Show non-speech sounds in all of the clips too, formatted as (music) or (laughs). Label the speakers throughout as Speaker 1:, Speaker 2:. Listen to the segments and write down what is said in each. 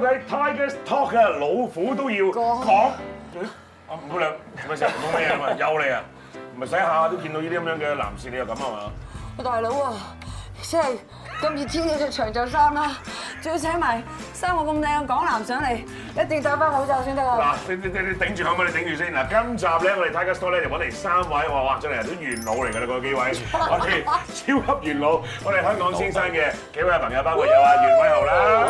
Speaker 1: Trash Talk 啊，老虎都要講。啊，姑娘做咩成日講咩啊嘛？有你啊！唔係使下下都見到呢啲咁樣嘅男士，你又咁啊嘛？
Speaker 2: 大佬啊，即係咁熱天你着長袖衫啦，仲要請埋三個咁靚嘅港男上嚟，一定要戴翻口罩先得啊！
Speaker 1: 嗱，你你你你頂住可唔可以頂住先？嗱，今集咧我哋 Tiger Store 咧就揾嚟三位，哇哇，真係都元老嚟㗎啦，嗰幾位，我哋超級元老，我哋香港先生嘅幾位朋友，包括有阿袁偉豪啦，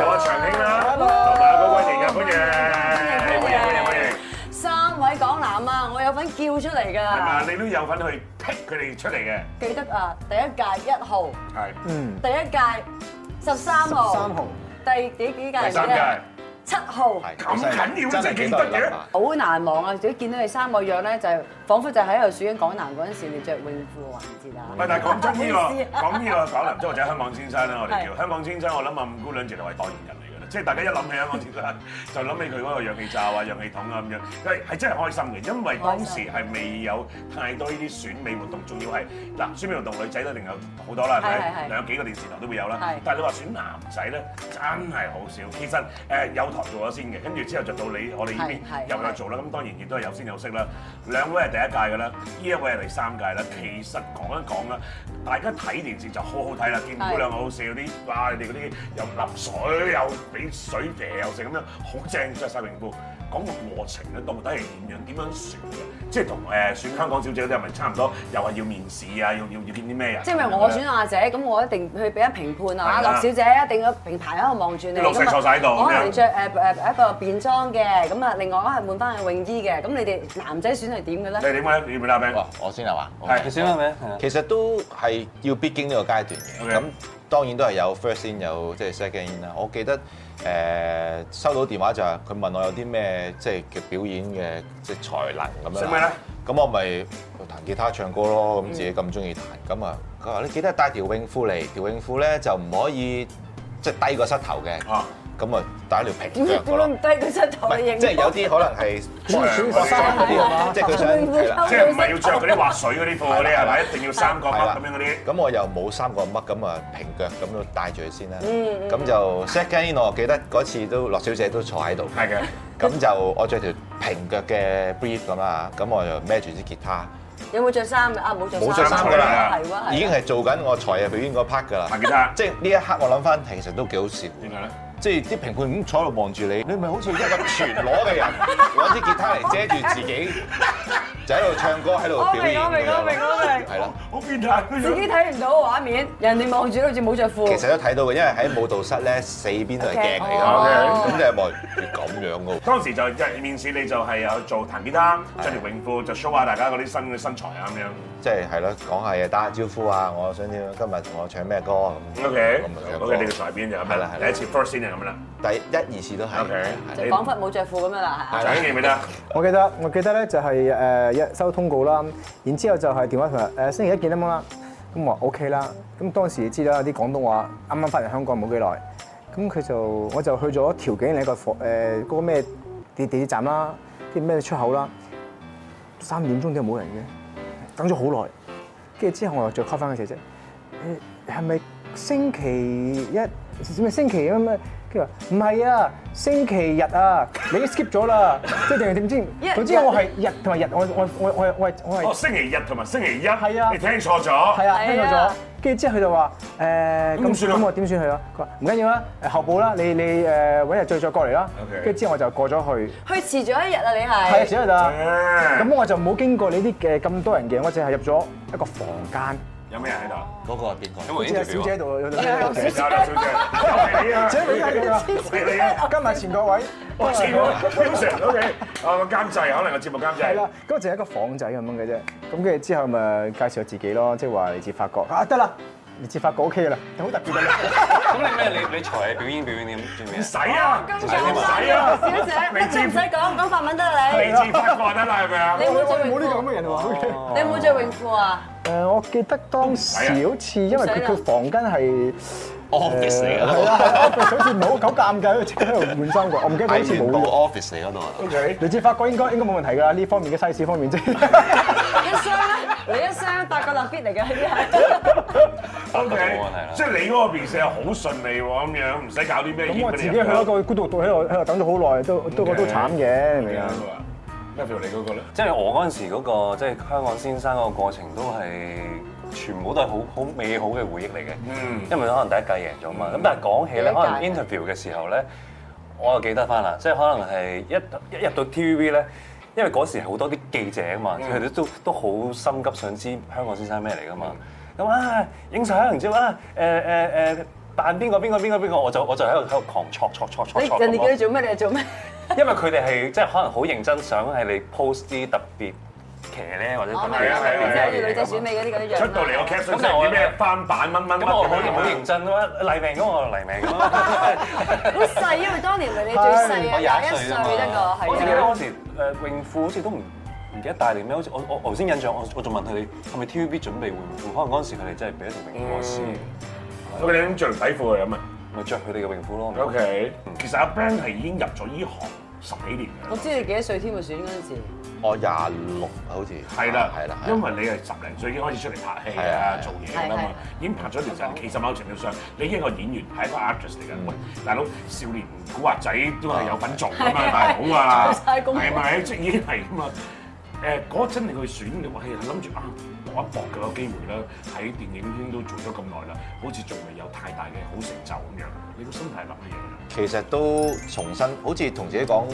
Speaker 1: 有阿長興啦，同埋阿高貴瑩嘅，歡迎，歡迎，歡迎，歡迎。
Speaker 2: 三位港男啊，我有份叫出嚟
Speaker 1: 係
Speaker 2: 㗎，
Speaker 1: 咪你都有份去 pick 佢哋出嚟嘅？
Speaker 2: 記得啊，第一屆一號，
Speaker 1: 係，
Speaker 2: 第一屆十三號，
Speaker 3: 三號
Speaker 2: 第幾幾屆
Speaker 1: 第三
Speaker 2: 咧？
Speaker 1: 屆。
Speaker 2: 七號。
Speaker 1: 咁緊要真係記得啊嘅
Speaker 2: 好難忘啊！自己見到你三個樣咧，就係彷彿就喺度選緊港男嗰陣時，你着泳褲嘅環節啊！
Speaker 1: 唔係，但係講真呢
Speaker 2: 唔好意思
Speaker 1: 個，講呢個講林即或者香港先生啦，我哋叫
Speaker 2: 係
Speaker 1: 香港先
Speaker 2: (laughs)
Speaker 1: 生。我諗啊，五姑娘絕對係代言人嚟㗎啦，即係大家一諗起香港先生，就諗起佢嗰個氧氣罩啊、氧氣筒啊咁樣，係係真係開心嘅，因為當時係未有太多呢啲選美活動，仲要係嗱選美活動女仔都一定有好多啦，係
Speaker 2: 係係
Speaker 1: 咪？
Speaker 2: 係
Speaker 1: 兩幾個電視台都會有啦
Speaker 2: 係，
Speaker 1: 但係你話選男仔咧，真係好少。其實誒有台做咗先嘅，跟住之後就到你我哋呢
Speaker 2: 係係
Speaker 1: 邊又有做啦。咁當然亦都係有先有色啦。兩位係第一屆嘅啦，呢一位係第三屆啦。其實講一講啦，大家睇電視就好好睇啦，見到兩個好笑啲，哇！你哋嗰啲又立水又俾水射又成咁樣，好正着晒泳褲。講個過程咧，到底係點樣點樣選嘅？即係同誒選香港小姐嗰啲係咪差唔多？又係要面試啊，要要要見啲咩人啊？
Speaker 2: 即係因為我選阿姐，咁我一定去俾人評判啊！阿
Speaker 1: 係啦
Speaker 2: 樂小姐一定要平排喺度望住你。
Speaker 1: 啲老細
Speaker 2: 咁啊
Speaker 1: 坐晒喺度
Speaker 2: 我可能
Speaker 1: 咁樣
Speaker 2: 着誒誒一個便裝嘅，咁啊另外我係換翻去泳衣嘅。咁你哋男仔選係點嘅
Speaker 1: 你
Speaker 2: 咧？
Speaker 1: 點啊咧？你要唔要打名？
Speaker 3: 哇！我先啊係嘛？
Speaker 1: 係
Speaker 4: 你先啦，咪係啊
Speaker 3: 其實都係要必經呢個階段嘅。
Speaker 1: OK
Speaker 3: 咁當然都係有 first in 有即係 second in 啦。我記得誒、收到電話就係佢問我有啲咩即係嘅表演嘅即係才能咁樣啦。
Speaker 1: 識咩咧嗯
Speaker 3: 咁我咪彈吉他唱歌咯。咁自己咁中意彈，咁啊佢話你記得帶條泳褲嚟，條泳褲咧就唔可以即係低過膝頭嘅。
Speaker 1: 啊
Speaker 3: 咁啊帶條
Speaker 2: 點
Speaker 3: 平
Speaker 2: 點
Speaker 3: 腳嘅
Speaker 2: 解唔
Speaker 3: 咯。
Speaker 2: 低個膝頭
Speaker 3: 唔
Speaker 2: 嚟
Speaker 3: 係
Speaker 2: 認？
Speaker 3: 即係有啲可能係
Speaker 1: 選擇
Speaker 3: 嗰啲 (laughs) 啊嘛即係佢想係啦。
Speaker 1: 即係唔係要着嗰啲滑水嗰啲褲嗰啲係咪？一定要三角
Speaker 3: 係
Speaker 1: 乜
Speaker 3: 啦
Speaker 1: 咁樣嗰啲。
Speaker 3: 咁我又冇三個乜，咁啊平腳咁就帶住佢先啦。咁就 second in，我記得嗰次都樂小姐都坐喺度，
Speaker 1: 係嘅，
Speaker 3: 咁就我着條平腳嘅 brief 咁啦，咁我就孭住支吉他，
Speaker 2: 有冇着衫嘅？啊冇着
Speaker 3: 冇着衫㗎啦
Speaker 2: 係喎，
Speaker 3: 已經係啊做緊我才藝表演嗰 part 㗎啦
Speaker 1: 彈。吉他。
Speaker 3: 即係呢一刻我諗翻，其實都幾好笑。
Speaker 1: 點解咧？
Speaker 3: 即係啲評判咁坐喺度望住你，你咪好似一個全裸嘅
Speaker 2: (laughs)
Speaker 3: 人攞支吉他嚟遮住自己，就喺度唱歌喺度
Speaker 2: 我
Speaker 3: 表演
Speaker 2: 明我明
Speaker 3: 咁樣
Speaker 2: 我明我明
Speaker 3: 係啦。
Speaker 1: 好變態嗰
Speaker 2: 自己睇唔到個畫面，人哋望住好似冇着褲。
Speaker 3: 其實都睇到嘅，因為喺舞蹈室咧四邊都係鏡嚟
Speaker 2: Okay，
Speaker 3: 㗎
Speaker 1: 哦，
Speaker 3: 咁你係望住咁樣嘅喎。
Speaker 1: 當時就入面試你就係有做彈吉他，着條泳褲就 show 下大家嗰啲新嘅身材啊咁樣。
Speaker 3: 即係係咯，講下嘢，打下招呼啊！我想點？今日同我唱咩歌啊咁
Speaker 1: OK，
Speaker 3: 咁
Speaker 1: OK，
Speaker 3: 咪
Speaker 1: 你嘅
Speaker 3: 唱歌。
Speaker 1: 裁邊就咁
Speaker 3: 係
Speaker 1: 樣
Speaker 3: 啦
Speaker 1: 啦
Speaker 3: 係，
Speaker 1: 第
Speaker 3: 啦
Speaker 1: 一次 first 先就咁啦。
Speaker 3: 第一二次都係
Speaker 1: OK
Speaker 3: 係
Speaker 2: 就彷彿冇着褲咁樣啦，係啊
Speaker 1: 長記唔記得？
Speaker 5: 我記得我記得咧就係誒一收通告啦，然之後就係電話同人誒星期一見啊嘛，咁我話 OK 啦。咁當時知啦有啲廣東話，啱啱翻嚟香港冇幾耐，咁佢就我就去咗調景另一個火誒嗰個咩地地鐵站啦，啲咩出口啦，三點鐘都冇人嘅，等咗好耐，跟住之後我又再 call 翻個姐姐，誒係咪星期一？咩星期咁咩？跟住話唔係啊，星期日啊，你 skip 咗啦，即係定係點知？總之我係日同埋日，我我我我我係我
Speaker 1: 哦，
Speaker 5: 係
Speaker 1: 星期日同埋星期一，
Speaker 5: 係啊
Speaker 1: 你聽錯咗。
Speaker 5: 係啊，聽
Speaker 2: 係
Speaker 5: 到
Speaker 2: 啊
Speaker 5: 咗。跟住之後佢就話誒
Speaker 1: 點
Speaker 5: 咁
Speaker 1: 算啊
Speaker 5: 咁我點算佢啊？佢話唔緊要啦，誒後補啦，你你誒揾日再再過嚟啦
Speaker 1: OK。
Speaker 5: 跟住之後我就過咗去，
Speaker 2: 去遲咗一日啊！你
Speaker 5: 係啊，
Speaker 2: 係
Speaker 5: 只係啦。
Speaker 1: 咁
Speaker 5: 咁我就冇經過你啲嘅咁多人嘅，我淨係入咗一個房間，
Speaker 1: 有咩人喺度？
Speaker 3: 嗰個係邊個？
Speaker 5: 即係小姐 (laughs) 度有度。
Speaker 1: 有小姐，尤其你啊，
Speaker 5: 姐你睇佢啦，
Speaker 1: 尤其
Speaker 5: (laughs)
Speaker 1: 你啊，
Speaker 5: 跟埋前個位。
Speaker 1: 我試過，通常 OK，我監製可能個節目監
Speaker 5: 係
Speaker 1: 製
Speaker 5: 啦。，咁就係一個房仔咁樣嘅啫。咁跟住之後咪介紹自己咯，即係話嚟自法國啊，得啦，嚟自法國 OK 啦，好特別嘅啦。
Speaker 4: 咁你咩？你你才藝表演表演點做咩
Speaker 1: 唔？使啊，唔
Speaker 2: 咁簡
Speaker 1: 使
Speaker 2: 單
Speaker 1: 啊，
Speaker 2: 小姐，乜都唔使講，講法文得啦你。
Speaker 1: 你自發覺得啦，係咪啊？
Speaker 2: 你有冇
Speaker 5: 我
Speaker 2: 着
Speaker 5: 哋
Speaker 2: 泳
Speaker 5: 冇呢個咁
Speaker 2: 褲？
Speaker 5: 嘅人喎。
Speaker 2: 你有冇着泳褲啊？
Speaker 5: 誒，我記得當時好似因為佢佢房間係
Speaker 3: office 嚟㗎啦，
Speaker 5: 係啦係啦，佢好似唔係好夠尷尬，佢即刻喺度換衫嘅，我唔記得佢好
Speaker 3: 喺
Speaker 5: 似
Speaker 3: 全部
Speaker 5: 冇。
Speaker 3: office 嚟嗰度啊。
Speaker 1: OK。
Speaker 5: 嚟自法國應該應該冇問題㗎啦，呢方面嘅西史方面啫。
Speaker 2: 一箱咧？你一聲八個立 fit 嚟嘅呢啲係。
Speaker 1: O
Speaker 4: 冇問題
Speaker 1: K，
Speaker 4: 啦
Speaker 1: 啊即係你嗰個面試係好順利喎，咁樣唔使搞啲咩啊
Speaker 5: 咁
Speaker 1: 嘢
Speaker 5: 我
Speaker 1: 俾
Speaker 5: 自
Speaker 1: 你
Speaker 5: 己
Speaker 1: 入
Speaker 5: 去
Speaker 1: 㗎
Speaker 5: 一個孤獨度喺度喺度等咗好耐，都都都慘嘅，明唔明
Speaker 1: Dạ,
Speaker 5: 啊？
Speaker 1: 咩 feel 你嗰個咧？
Speaker 4: 即係我嗰陣時嗰個即係香港先生嗰個過程都係全部都係好好美好嘅回憶嚟嘅。
Speaker 1: 嗯
Speaker 4: 因為可能第一屆贏咗嘛。咁但係講起咧，
Speaker 2: 第一屆
Speaker 4: 可能 interview 嘅時候咧，我又記得翻啦，即係可能係一一入到 TVB 咧。因為嗰時好多啲記者啊嘛，佢哋都都好心急想知香港先生咩嚟噶嘛。咁啊，影相唔知啊，誒誒誒，扮邊個邊個邊個邊個，我就我就喺度喺度狂戳戳戳戳
Speaker 2: 你
Speaker 4: 戳。
Speaker 2: 人哋叫你做咩，你係做咩？
Speaker 4: 因為佢哋係即係可能好認真，想係你 post 啲特別騎咧或者
Speaker 2: 我
Speaker 4: 特
Speaker 2: 明
Speaker 1: 係
Speaker 4: 別
Speaker 1: 啊係
Speaker 2: 啦，
Speaker 1: 啊
Speaker 2: 即
Speaker 1: 係啊
Speaker 2: 係好似女仔選美嗰啲嗰啲樣。啊
Speaker 1: 出到嚟個 caption
Speaker 4: 咁
Speaker 1: 寫
Speaker 4: 就我
Speaker 1: 啲咩翻版乜乜乜
Speaker 4: 咁我好
Speaker 1: 咁
Speaker 4: 好認
Speaker 1: 樣。
Speaker 4: 真啊，黎明咁我黎明咁啊，
Speaker 2: 好細，因為當年你最細
Speaker 4: 我
Speaker 2: 啊，
Speaker 4: 廿
Speaker 2: 廿
Speaker 4: 一
Speaker 2: 一
Speaker 4: 歲
Speaker 2: 歲
Speaker 4: 啫嘛
Speaker 2: 得個，
Speaker 4: 我記
Speaker 2: 係
Speaker 4: 得
Speaker 2: 啊。
Speaker 4: 嗰時誒泳褲好似都唔唔記得帶定咩，好似我我我頭先印象，我我仲問佢哋係咪 TVB 準備泳褲，可能嗰陣時佢哋真係俾咗條泳褲我試，
Speaker 1: 咁你咁著底褲係咁啊
Speaker 4: 咪着佢哋嘅泳褲咯。
Speaker 1: ？O K，其實阿 Ben 係已經入咗呢行十幾年
Speaker 2: 我
Speaker 1: 嘅，
Speaker 2: 知你幾多歲添啊？選嗰陣時，
Speaker 3: 我廿六啊好似
Speaker 1: 係啦，
Speaker 3: 係啦，係啦
Speaker 1: 因為你係十零歲已經開始出嚟拍戲
Speaker 3: 係啊係
Speaker 1: 啊
Speaker 3: 啊、
Speaker 1: 做嘢㗎啦
Speaker 2: 係係
Speaker 1: 嘛
Speaker 2: 係，
Speaker 1: 已經拍咗一段時間。其實某程度上，你已經係一個演員係一個 actress 嚟㗎。喂，大佬，少年古惑仔都係有份做㗎嘛，
Speaker 2: 係
Speaker 1: 大佬啊，
Speaker 2: (laughs) 做晒功課
Speaker 1: 係咪？即係已經係㗎嘛。誒嗰陣你去選嘅話，係諗住啊搏一搏嘅個機會啦，喺電影圈都做咗咁耐啦，好似仲未有太大嘅好成就咁樣。你個心態係諗乜嘢㗎
Speaker 3: 其實都重新好似同自己講。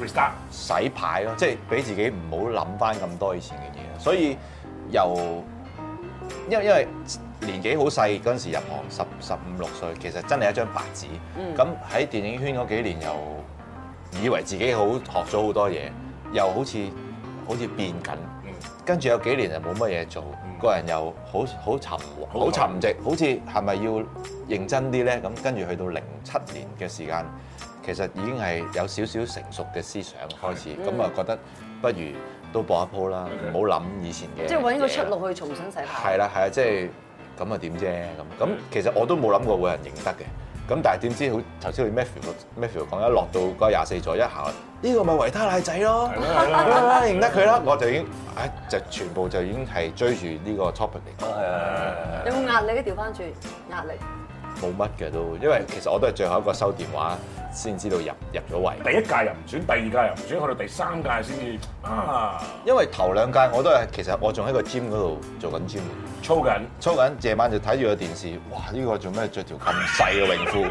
Speaker 1: ？restart
Speaker 3: 洗牌咯，即係俾自己唔好諗翻咁多以前嘅嘢。所以由因為因為年紀好細嗰陣時入行，十十五六歲，其實真係一張白紙。咁喺、電影圈嗰幾年又以為自己好學咗好多嘢，又好似好似變緊。
Speaker 1: 嗯
Speaker 3: 跟住有幾年就冇乜嘢做，個人又好嗯好沉好沉寂，好似係咪要認真啲咧？咁跟住去到零七年嘅時間，其實已經係有少少成熟嘅思想開始，咁啊覺得不如都搏一鋪啦，唔好諗以前嘅嘢啦，
Speaker 2: 即係揾個出路去重新洗牌。
Speaker 3: 係啦，係啊，即係咁啊點啫咁。咁其實我都冇諗過會有人認得嘅。咁但係點知好頭先好似 Matthew Matthew 講一落到嗰廿四座一行，呢個咪維他奶仔咯，
Speaker 1: 嗯
Speaker 3: (laughs) 認得佢啦，我就已經唉就全部就已經係追住呢個 topic 嚟講，
Speaker 4: 係啊，
Speaker 2: 有冇壓力咧？調翻轉壓力。
Speaker 3: 冇乜嘅都，因為其實我都係最後一個收電話先知道入入咗圍。
Speaker 1: 第一屆又唔選，第二屆又唔選，去到第三屆先至啊
Speaker 3: 因為頭兩屆我都係其實我仲喺個 gym 嗰度做緊 gym。
Speaker 1: 操緊。
Speaker 3: 操緊，夜晚就睇住個電視，哇！呢、個做咩着條咁細嘅泳褲，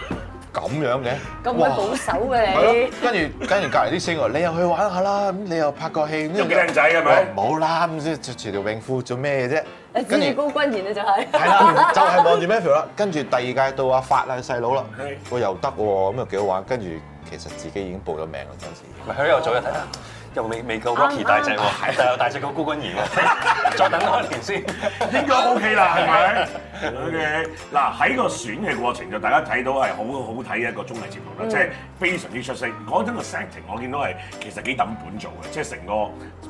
Speaker 3: 咁樣嘅，
Speaker 2: 咁鬼
Speaker 3: 哇
Speaker 2: 保守
Speaker 3: 係
Speaker 2: 嘅
Speaker 3: 咯
Speaker 2: 你，，
Speaker 3: 跟住跟住隔離啲星話，你又去玩下啦，咁你又拍個戲，
Speaker 1: 都幾靚仔係咪
Speaker 3: 我話冇啦，咁即着條泳褲做咩嘅
Speaker 2: 你
Speaker 3: 啫？
Speaker 2: 指住高君然你就係。 (laughs)
Speaker 3: 係啦，就係望住 Matthew 啦。跟住第二屆到阿發啦細佬啦
Speaker 1: 係，
Speaker 3: 我又得喎，咁又幾好玩。跟住其實自己已經報咗名啦嗰陣時。
Speaker 4: 咪佢又早日睇啦，又未未夠 Rocky 大隻喎，但係又大隻過高君怡喎，再等多一年先。
Speaker 1: 應該 OK 啦，係咪？OK，嗱喺個選嘅過程就大家睇到係好好睇嘅一個綜藝節目啦，
Speaker 2: 嗯
Speaker 1: 即係非常之出色。嗰陣個 setting 我見到係其實幾抌本做嘅，即係成個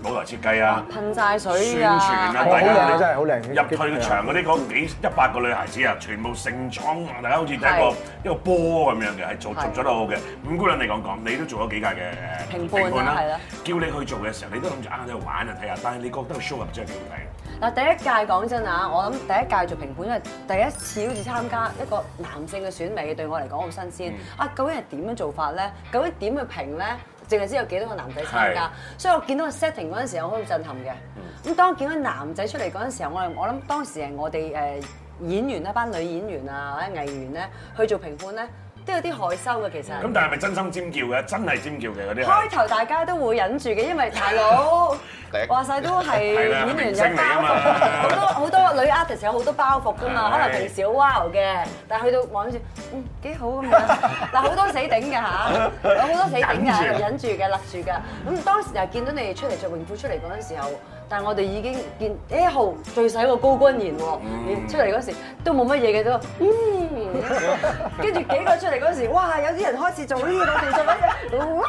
Speaker 1: 舞台設計啊。
Speaker 2: 噴晒水
Speaker 1: 宣傳
Speaker 2: 啊！
Speaker 1: 啊！
Speaker 5: 好
Speaker 1: 大
Speaker 2: dạ.
Speaker 5: 靚
Speaker 1: 家
Speaker 5: 啊真係好靚
Speaker 1: 入去嘅場嗰啲嗰幾一百個女孩子啊，全部盛裝啊，大家好似睇一個
Speaker 2: 係
Speaker 1: 一個波咁樣嘅，係做做
Speaker 2: 係
Speaker 1: 咗得好嘅。五姑娘你講講，你都做咗幾屆嘅誒
Speaker 2: 評判啊係啦
Speaker 1: 叫你去做嘅時候，你都諗住啊喺度玩啊睇下，但係你覺得個 show 入真係幾好睇。啊
Speaker 2: 嗱，第一屆講真啊，我諗第一屆做評判，因為第一次好似參加一個男性嘅選美，對我嚟講好新
Speaker 1: 嗯
Speaker 2: 鮮。啊，究竟係點樣做法咧？究竟點去評咧？淨係知有幾多個男仔參加，所以我見到個 setting 嗰陣時，我好震撼
Speaker 1: 嗯
Speaker 2: 嘅。咁當見到男仔出嚟嗰陣時候，我我諗當時係我哋誒演員一班女演員啊或者藝員咧去做評判咧，都有啲害羞嘅其實。
Speaker 1: 咁但係咪真心尖叫嘅？真係尖叫嘅嗰啲係
Speaker 2: 開。頭大家都會忍住嘅，因
Speaker 1: (laughs)
Speaker 2: 為大佬
Speaker 3: 第一
Speaker 2: 話晒都係
Speaker 1: 係啦
Speaker 2: 演員
Speaker 1: 明
Speaker 2: 有
Speaker 1: 星
Speaker 2: 包
Speaker 1: 嚟㗎嘛
Speaker 2: 袱，好多好多女 artist 有好多包袱㗎嘛，
Speaker 1: 係
Speaker 2: 可能平時好 wow 嘅，但係去到望住，嗯幾好
Speaker 1: (laughs)
Speaker 2: 咁樣，嗱好多死頂㗎嚇，有好多死頂㗎，忍住嘅，勒住㗎。咁當時就見到你哋出嚟着泳褲出嚟嗰陣時候，但係我哋已經見一號最細個高君然喎，
Speaker 1: 嗯
Speaker 2: 出嚟嗰時都冇乜嘢嘅都，嗯，跟住幾個出嚟嗰時，哇有啲人開始做呢個動作，嗰啲哇！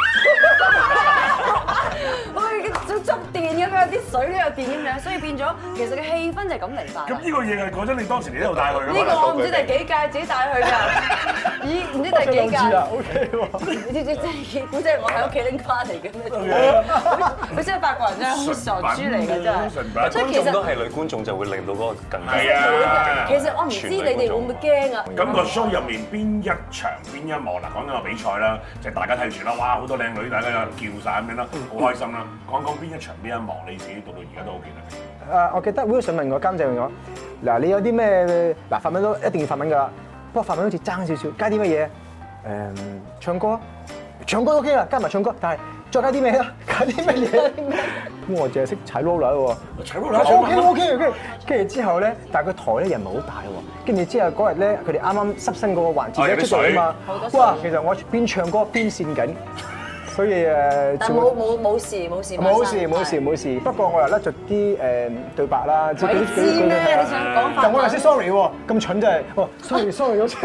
Speaker 2: 喂，好觸電咁樣，啲水都有電咁樣，所以變咗其實個氣氛就係咁嚟法
Speaker 1: 咁
Speaker 2: 啦。
Speaker 1: 呢個嘢係講真，你當時你一路帶去㗎
Speaker 2: 呢
Speaker 1: 嘛
Speaker 2: 個我唔知第幾屆自己帶去㗎，咦？唔知
Speaker 5: Dạ,
Speaker 2: 第幾
Speaker 5: 知
Speaker 2: 屆
Speaker 5: 啊？，OK 喎。
Speaker 2: 你知唔知真係古仔係我喺屋企拎翻嚟嘅咩？佢真係法國人真係好傻豬嚟嘅真係。
Speaker 1: 純
Speaker 2: 即
Speaker 1: 品。
Speaker 2: 係
Speaker 4: 啊觀眾都係女觀眾就會令到嗰個更加
Speaker 1: 係啊
Speaker 2: 其實我唔知你哋會唔會驚啊？
Speaker 1: 咁個 show 入面邊一場邊一幕嗱，講緊個比賽啦，就係大家睇住啦，哇好多靚女，大家又叫晒咁樣啦，好開心啦。講講邊一場邊一幕，你自己到到而家都好記得。
Speaker 5: 誒，啊我記得 Wilson 問我監製問我，嗱你有啲咩嗱法文都一定要法文㗎啦，不過法文好似爭少少，加啲乜嘢？誒、唱歌，唱歌 OK 啦，加埋唱歌，但係再加啲咩啊？加啲乜嘢？咁我淨係識踩 roller 喎。
Speaker 1: 除咗
Speaker 5: O K O K，跟住啊跟住之後咧，但係個台咧又唔係好大喎。跟住之後嗰日咧，佢哋啱啱濕身嗰個環節一出到嚟啊
Speaker 2: 哦有
Speaker 5: 嘛
Speaker 2: 啲，水
Speaker 5: 哇！其實我邊唱歌邊跣緊，所以誒。
Speaker 2: 但
Speaker 5: 全部
Speaker 2: 冇冇冇事冇事
Speaker 5: 冇事冇事。冇事，不過我又甩咗啲誒對白啦，即係
Speaker 2: 鬼
Speaker 5: 嗰啲嗰啲
Speaker 2: 知
Speaker 5: 嗰啲係
Speaker 2: 咩？
Speaker 5: 啦
Speaker 2: 你想講法
Speaker 5: 但我又
Speaker 2: 文
Speaker 5: 識？sorry 喎，咁蠢真係，哦 sorry sorry
Speaker 2: (laughs)
Speaker 5: 好似。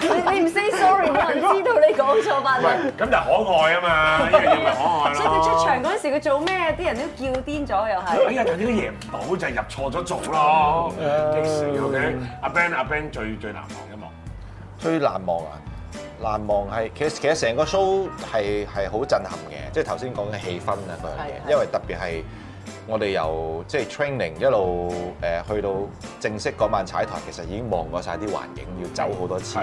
Speaker 2: 你你唔 say sorry，冇人知道你講錯法
Speaker 1: 喂
Speaker 2: 文。，
Speaker 1: 咁就可愛啊嘛，呢樣嘢咪可愛咯。
Speaker 2: 所以佢出場嗰陣時，佢做咩？啲人都叫癲咗
Speaker 1: (laughs)
Speaker 2: 又係
Speaker 1: 哎。呀，但係點解贏唔到就係入錯咗組咯，激死我嘅！阿 Ben 阿 Ben 最最難忘一幕，
Speaker 3: 最難忘啊！難忘係其實其實成個 show 係係好震撼嘅，即係頭先講嘅氣氛啊嗰樣
Speaker 2: 係係
Speaker 3: 嘢，因為特別係我哋由即係 training 一路誒、呃去到正式嗰晚踩台，其實已經望過晒啲環境，要走好多次。
Speaker 1: 係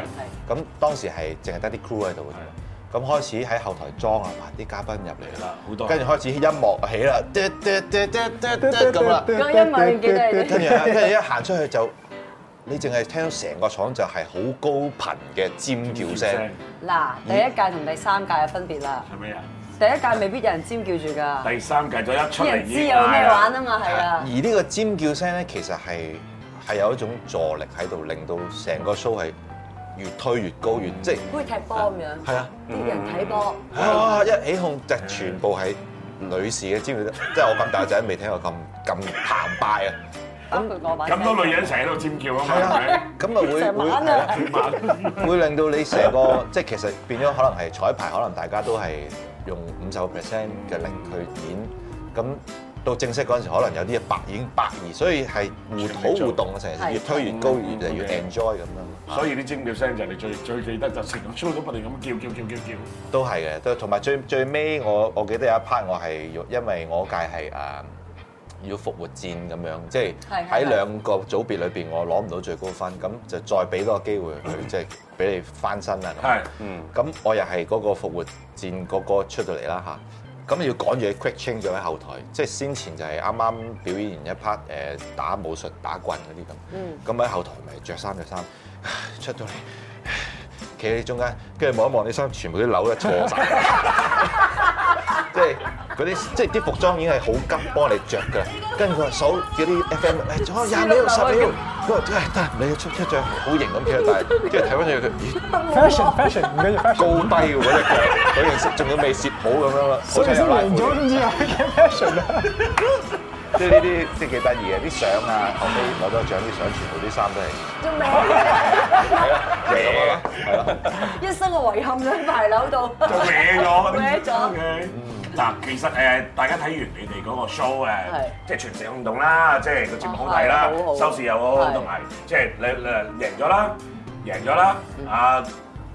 Speaker 3: 咁當時係淨係得啲 crew 喺度嘅啫。咁開始喺後台裝啊，哇啲嘉賓入嚟啦，
Speaker 1: 好多
Speaker 3: 跟住開始音樂起啦，嘟嘟嘟嘟嘟嘟咁啦。
Speaker 2: 個音樂你記
Speaker 1: (laughs)
Speaker 2: 得係
Speaker 3: 跟住跟住一行出去就，你淨係聽到成個廠就係好高頻嘅尖叫聲，
Speaker 2: 嗱，第一屆同第三屆嘅分別啦。
Speaker 1: 係咪啊？
Speaker 2: 第一屆未必有人尖叫住㗎，
Speaker 1: 第三屆就一出
Speaker 2: 啲
Speaker 1: 嚟
Speaker 2: 人
Speaker 1: 已
Speaker 2: 知
Speaker 1: 經
Speaker 2: 有咩玩啊嘛，係
Speaker 3: 而
Speaker 2: 啊。
Speaker 3: 呢個尖叫聲咧，其實係係有一種助力喺度，令到成個 show 係越推越高，越即係
Speaker 2: 好似踢波咁樣，
Speaker 3: 係啊，
Speaker 2: 啲人睇波。
Speaker 3: 哇！一起哄就全部係女士嘅尖叫聲，即係我咁大仔未聽過咁咁澎湃啊！
Speaker 2: 包括我把聲
Speaker 1: 咁多女人成日喺度尖叫啊嘛，
Speaker 3: 係
Speaker 1: 係
Speaker 3: 啊
Speaker 1: 咪？，
Speaker 3: 咁咪會
Speaker 2: 成
Speaker 3: 會
Speaker 2: 晚
Speaker 3: 係啊
Speaker 2: 啊，
Speaker 3: 會令到你成個即係其實變咗可能係彩排，可能大家都係用五十個 percent 嘅力去演，咁到正式嗰陣時，可能有啲嘢百已經百二，所以係互
Speaker 1: 全力
Speaker 3: 好
Speaker 1: 做
Speaker 3: 互動嘅成
Speaker 2: 係
Speaker 3: 日，越推越高，
Speaker 1: 嗯
Speaker 3: 越嚟越
Speaker 1: OK
Speaker 3: enjoy 咁樣。
Speaker 1: 所以啲尖叫聲就係你最最記得，就成個 show 都不斷咁叫叫叫叫叫。
Speaker 3: 都係嘅，都同埋最最尾我我記得有一 part 我係要因為我屆係誒啊要復活戰咁樣，即係
Speaker 2: 係係
Speaker 3: 喺兩個組別裏邊我攞唔到最高分，咁就再俾多個機會佢，即係俾你翻身啊啦。咁
Speaker 1: 係，
Speaker 4: 嗯，
Speaker 3: 咁我又係嗰個復活戰嗰個出到嚟啦吓，咁要趕住去 quick change 咗喺後台，即係先前就係啱啱表演完一 part 誒打武術打棍嗰啲咁，咁喺後台咪着衫着衫，唉出到嚟唉企喺中間，跟住望一望啲衫，全部啲紐咧錯晒， (laughs) 即係嗰啲即係啲服裝已經係好急幫你着㗎，跟住佢話數嗰啲 FM，誒仲有廿秒十秒，佢話唉得你出出著好型咁企喺度，但係跟住睇翻佢佢咦。
Speaker 5: fashion fashion 唔緊要 fashion。
Speaker 3: 高低喎，嗰只腳，嗰件色仲要未攝好咁樣啦，
Speaker 5: 所以先
Speaker 3: 拉
Speaker 5: 贏咗，
Speaker 3: 褲
Speaker 5: 先知啊嘅 fashion 啊！
Speaker 3: 即係呢啲即係幾得意嘅啲相啊，後尾攞咗獎啲相，全部啲衫都係
Speaker 1: (laughs)
Speaker 2: 仲未，
Speaker 3: 係啦，就係咁樣啦，係啦。
Speaker 2: 一生嘅遺憾喺排樓度。
Speaker 1: (laughs) 就
Speaker 2: (laughs)
Speaker 1: 歪咗，
Speaker 2: 歪咗
Speaker 1: 嘅。嗯嗱，其實誒，大家睇完你哋嗰個 show 誒
Speaker 2: 係，
Speaker 1: 即係全城運動啦，即係個節目好睇
Speaker 2: 哦
Speaker 1: 啦
Speaker 2: 係好好，
Speaker 1: 收視又好，
Speaker 2: 係
Speaker 1: 同埋即係你你贏咗啦，贏咗啦，啊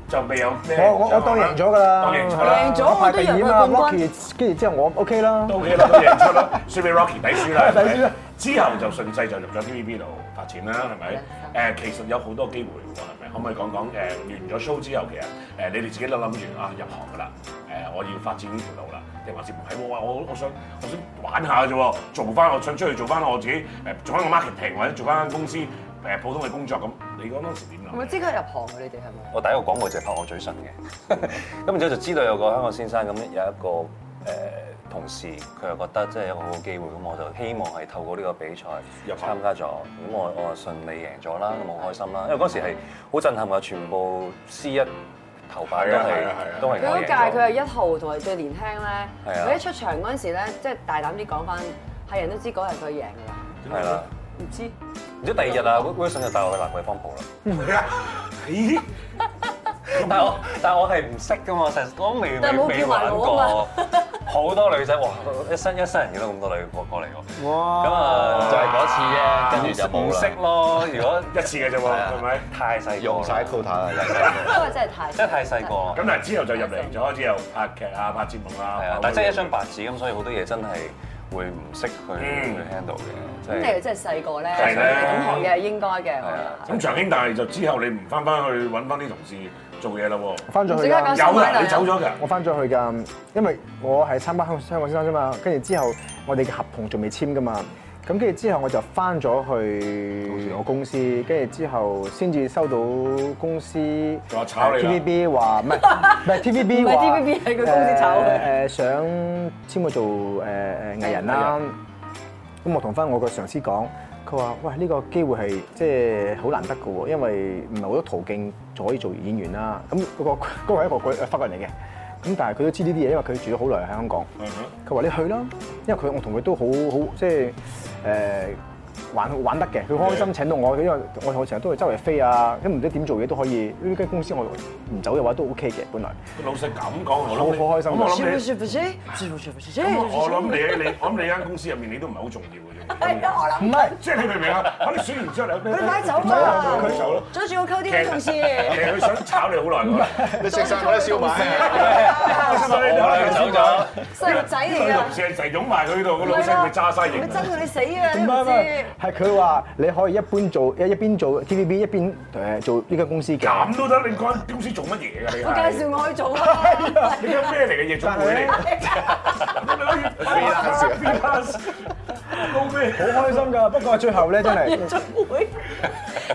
Speaker 1: 就未有咩
Speaker 5: 我我我當贏咗㗎啦，
Speaker 1: 當贏咗啦，
Speaker 2: 贏咗
Speaker 5: 我排第二啊嘛
Speaker 2: 我都以為佢冠軍
Speaker 5: Rocky 跟住之後我 OK 啦，
Speaker 1: 都 OK 啦，都贏咗 (laughs) 啦，輸俾 Rocky 抵輸 (laughs) 啦，係
Speaker 5: 抵輸啦
Speaker 1: 咪？之後就順勢就入咗 TVB 度發展啦，係啊咪？誒，其實有好多機會喎，係咪？可唔可以講講誒完咗 show 之後，其實誒你哋自己都諗住啊入行㗎啦，誒我要發展呢條路啦，定還是唔係喎？我我想我想玩下嘅啫喎，做翻我想出去做翻我自己誒做翻個 marketing 或者做翻間公司誒普通嘅工作咁。你講當時點
Speaker 2: 咪
Speaker 1: 諗？
Speaker 2: 即刻入行嘅你哋係咪？
Speaker 4: 我第一個廣告就係拍我嘴唇嘅， (laughs) 咁然之後就知道有個香港先生咁有一個誒、呃同事，佢又覺得即係有個好機會，咁我就希望係透過呢個比賽
Speaker 1: 入行
Speaker 4: 參加咗，咁我
Speaker 1: 嗯
Speaker 4: 我就順利贏咗啦，咁我好開心啦，因為嗰時係好震撼啊，全部 C 一頭版都
Speaker 1: 係啊係啊係啊
Speaker 4: 係都係
Speaker 2: 佢嗰
Speaker 4: 我贏
Speaker 2: 屆佢係一號同埋最年輕咧，
Speaker 4: 係啊
Speaker 2: 佢一出場嗰陣時咧，即係大膽啲講翻，係人都知嗰日佢贏㗎啦，
Speaker 4: 係啦，
Speaker 2: 唔知
Speaker 4: 然之後第二日啊，Wilson 就帶我去蘭桂坊蒲啦。
Speaker 1: (laughs) 咦？
Speaker 4: 但係我但係我係唔識噶嘛，成日我都未
Speaker 2: 但係
Speaker 4: 未
Speaker 2: 冇
Speaker 4: 未
Speaker 2: 叫埋
Speaker 4: 玩
Speaker 2: 我啊
Speaker 4: 過，好多女仔哇！一生一生人見到咁多女過過嚟喎，
Speaker 5: 哇
Speaker 4: 咁啊就係嗰次啫，跟住
Speaker 3: 就冇
Speaker 4: 唔識
Speaker 3: 啦，
Speaker 4: 咯。如果
Speaker 1: 一次嘅啫喎，係啊咪？
Speaker 4: 太細個啦
Speaker 3: 用晒 quota 啦，又係
Speaker 2: 因為真係太
Speaker 4: 真係太細個啦。
Speaker 1: 咁但係之後就入嚟咗之後拍劇啊、拍節目啊，
Speaker 4: 係啊，但係真係一張白紙咁，所以好多嘢真係會唔識去
Speaker 1: 嗯
Speaker 4: 去 handle 嘅，即
Speaker 2: 咁你
Speaker 4: 係
Speaker 2: 哋真係細個咧，
Speaker 1: 係咧
Speaker 2: 咁學嘅係應該嘅，
Speaker 4: 係啊
Speaker 1: 咁長兄，但係就之後你唔翻翻去揾翻啲同事做嘢啦喎。
Speaker 5: 翻咗去
Speaker 2: 唔
Speaker 5: 啦
Speaker 2: 知點解咁。
Speaker 1: 有啦，你走咗㗎。
Speaker 5: 我翻咗去㗎，因為我係參加香港香港先生啫嘛，跟住之後我哋嘅合同仲未簽㗎嘛，咁跟住之後我就翻咗去我公司，跟住之後先至收到公司
Speaker 1: 話炒你啦
Speaker 5: TVB 話唔係唔係 TVB
Speaker 2: 唔係
Speaker 5: 話
Speaker 2: TVB 喺佢公司炒佢
Speaker 5: 誒誒想簽我做誒誒藝人啦，咁我同翻我個上司講，佢話喂呢個機會係即係好難得嘅喎，因為唔係好多途徑就可以做演員啦。咁嗰個 (laughs) 嗰個係一個鬼法國人嚟嘅，咁但係佢都知呢啲嘢，因為佢住咗好耐喺香港。
Speaker 1: 嗯哼
Speaker 5: 佢話你去啦，因為佢我同佢都好好即係誒、呃玩玩得嘅，佢開心請到我，因為我我成日都去周圍飛啊，咁唔知點做嘢都可以。呢間公司我唔走嘅話都 OK 嘅，本來
Speaker 1: 老實咁講，我諗你
Speaker 5: 好好開心
Speaker 1: 咁我諗你，咁我諗
Speaker 2: (laughs) 係
Speaker 1: 你你，我諗你間公司入面你都唔係好重要嘅啫。
Speaker 2: 啊，我諗
Speaker 5: 唔係
Speaker 1: 即係你明唔明啊？可能選完之後你
Speaker 2: 你哎快走
Speaker 1: 唔好
Speaker 2: 啦
Speaker 1: 啊，佢走咯。
Speaker 2: 阻住我溝啲
Speaker 1: 其
Speaker 2: 女同事。
Speaker 1: 實佢想炒你好耐㗎啦。
Speaker 3: 你食晒我啲燒賣。
Speaker 1: 所以你話佢走咗，
Speaker 2: 細路仔嚟
Speaker 1: 佢
Speaker 2: 㗎
Speaker 1: 同，事係成日擁埋佢度，個老細咪揸晒
Speaker 2: 佢
Speaker 1: 型。
Speaker 2: 憎到你死啊！
Speaker 5: 唔
Speaker 2: 你
Speaker 5: 係
Speaker 2: 唔
Speaker 5: 唔係
Speaker 2: 知。，
Speaker 5: 係佢話你可以一邊做一一邊做 TVB 一邊誒做呢間公司嘅。
Speaker 1: 咁都得？你間公司做乜嘢㗎？你
Speaker 2: 我
Speaker 1: 係
Speaker 2: 介紹我去做 (laughs) 啊！
Speaker 1: 你間咩嚟嘅夜總會嚟？高咩？
Speaker 5: 好開心㗎，不過最後咧
Speaker 1: (laughs)
Speaker 5: 真係
Speaker 2: 夜總會，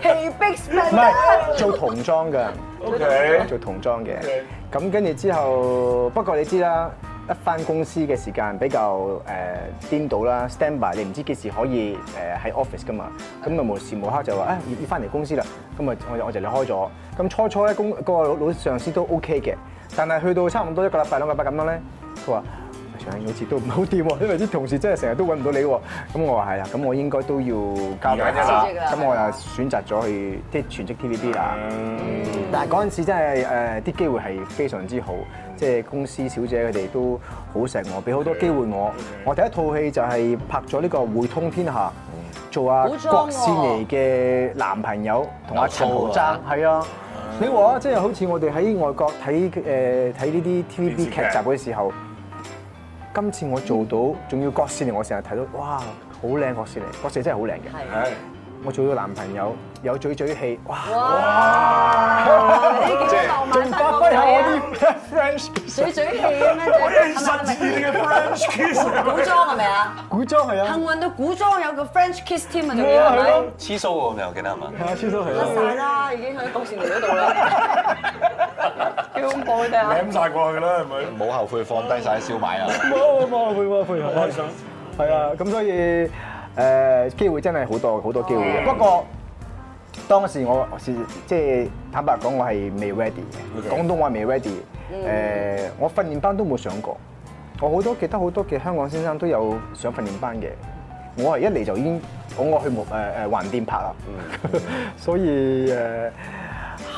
Speaker 2: 氣逼
Speaker 5: 唔
Speaker 2: spend
Speaker 5: 係做童裝嘅
Speaker 1: OK
Speaker 5: 做童裝嘅
Speaker 1: OK。
Speaker 5: 咁跟住之後，不過你知啦，一翻公司嘅時間比較誒顛倒啦，stand by 你唔知幾時可以誒喺 office 㗎嘛。咁啊無時無刻就話啊要要翻嚟公司啦，咁啊我就我就離開咗。咁初初咧公嗰個老老上司都 OK 嘅，但係去到差唔多一個禮拜兩個禮拜咁樣咧，佢話。上好似都唔好掂喎，因為啲同事真係成日都揾唔到你喎。咁我話係啊，咁我應該都要交代
Speaker 1: 而家
Speaker 2: 一啦
Speaker 5: 咁我又選擇咗去即係全職 TVB 啦。
Speaker 1: 嗯
Speaker 5: 但係嗰陣時真係誒啲機會係非常之好，即係公司小姐佢哋都好錫我，俾好
Speaker 1: 嗯
Speaker 5: 多機會我。我第一套戲就係拍咗呢個《匯通天下》，做阿
Speaker 2: 古裝喎
Speaker 5: 郭善妮嘅男朋友同阿陳豪
Speaker 3: 有 show
Speaker 5: 爭
Speaker 3: 啊，
Speaker 5: 係啊。
Speaker 1: 嗯
Speaker 5: 你話啊即係好似我哋喺外國睇誒睇呢啲
Speaker 1: 電視
Speaker 5: TVB
Speaker 1: 劇
Speaker 5: 劇集嘅時候，今次我做到，仲要郭善妮，我成日睇到，哇，好靚郭善妮，郭善妮真係好靚嘅。
Speaker 2: 係。
Speaker 1: 係。
Speaker 5: 我做咗男朋友，有嘴嘴戲，哇！
Speaker 2: 哇！你幾多浪漫
Speaker 5: 仲發揮下我啲 French
Speaker 2: 水水氣咁樣，
Speaker 1: 我一實踐你嘅 French kiss
Speaker 2: 古裝係咪啊？
Speaker 5: 古裝係啊，
Speaker 2: 幸運到古裝有個 그 French kiss 添啊，仲
Speaker 5: 係
Speaker 2: 要係
Speaker 5: 啊係
Speaker 2: 咪
Speaker 5: 咯？，
Speaker 4: 黐須喎，你我記得係嘛？
Speaker 5: 係啊，超都係
Speaker 2: 甩
Speaker 5: 啊。
Speaker 2: 晒啦，已經喺郭善妮嗰度啦，幾恐怖你睇下。
Speaker 1: 舐晒過去㗎啦，係咪？
Speaker 3: 冇後悔放低晒啲燒賣啊！
Speaker 5: 冇冇會喎，配合
Speaker 1: 開心。
Speaker 5: 係啊，咁所以誒機會真係好多好多機會嘅。不過當時我是即係坦白講，我係未 ready 嘅，廣東話未 ready。誒，我訓練班都冇上過，我好多記得好多嘅香港先生都有上訓練班嘅。我係一嚟就已經我我去木誒誒橫店拍啦， (laughs) 所以誒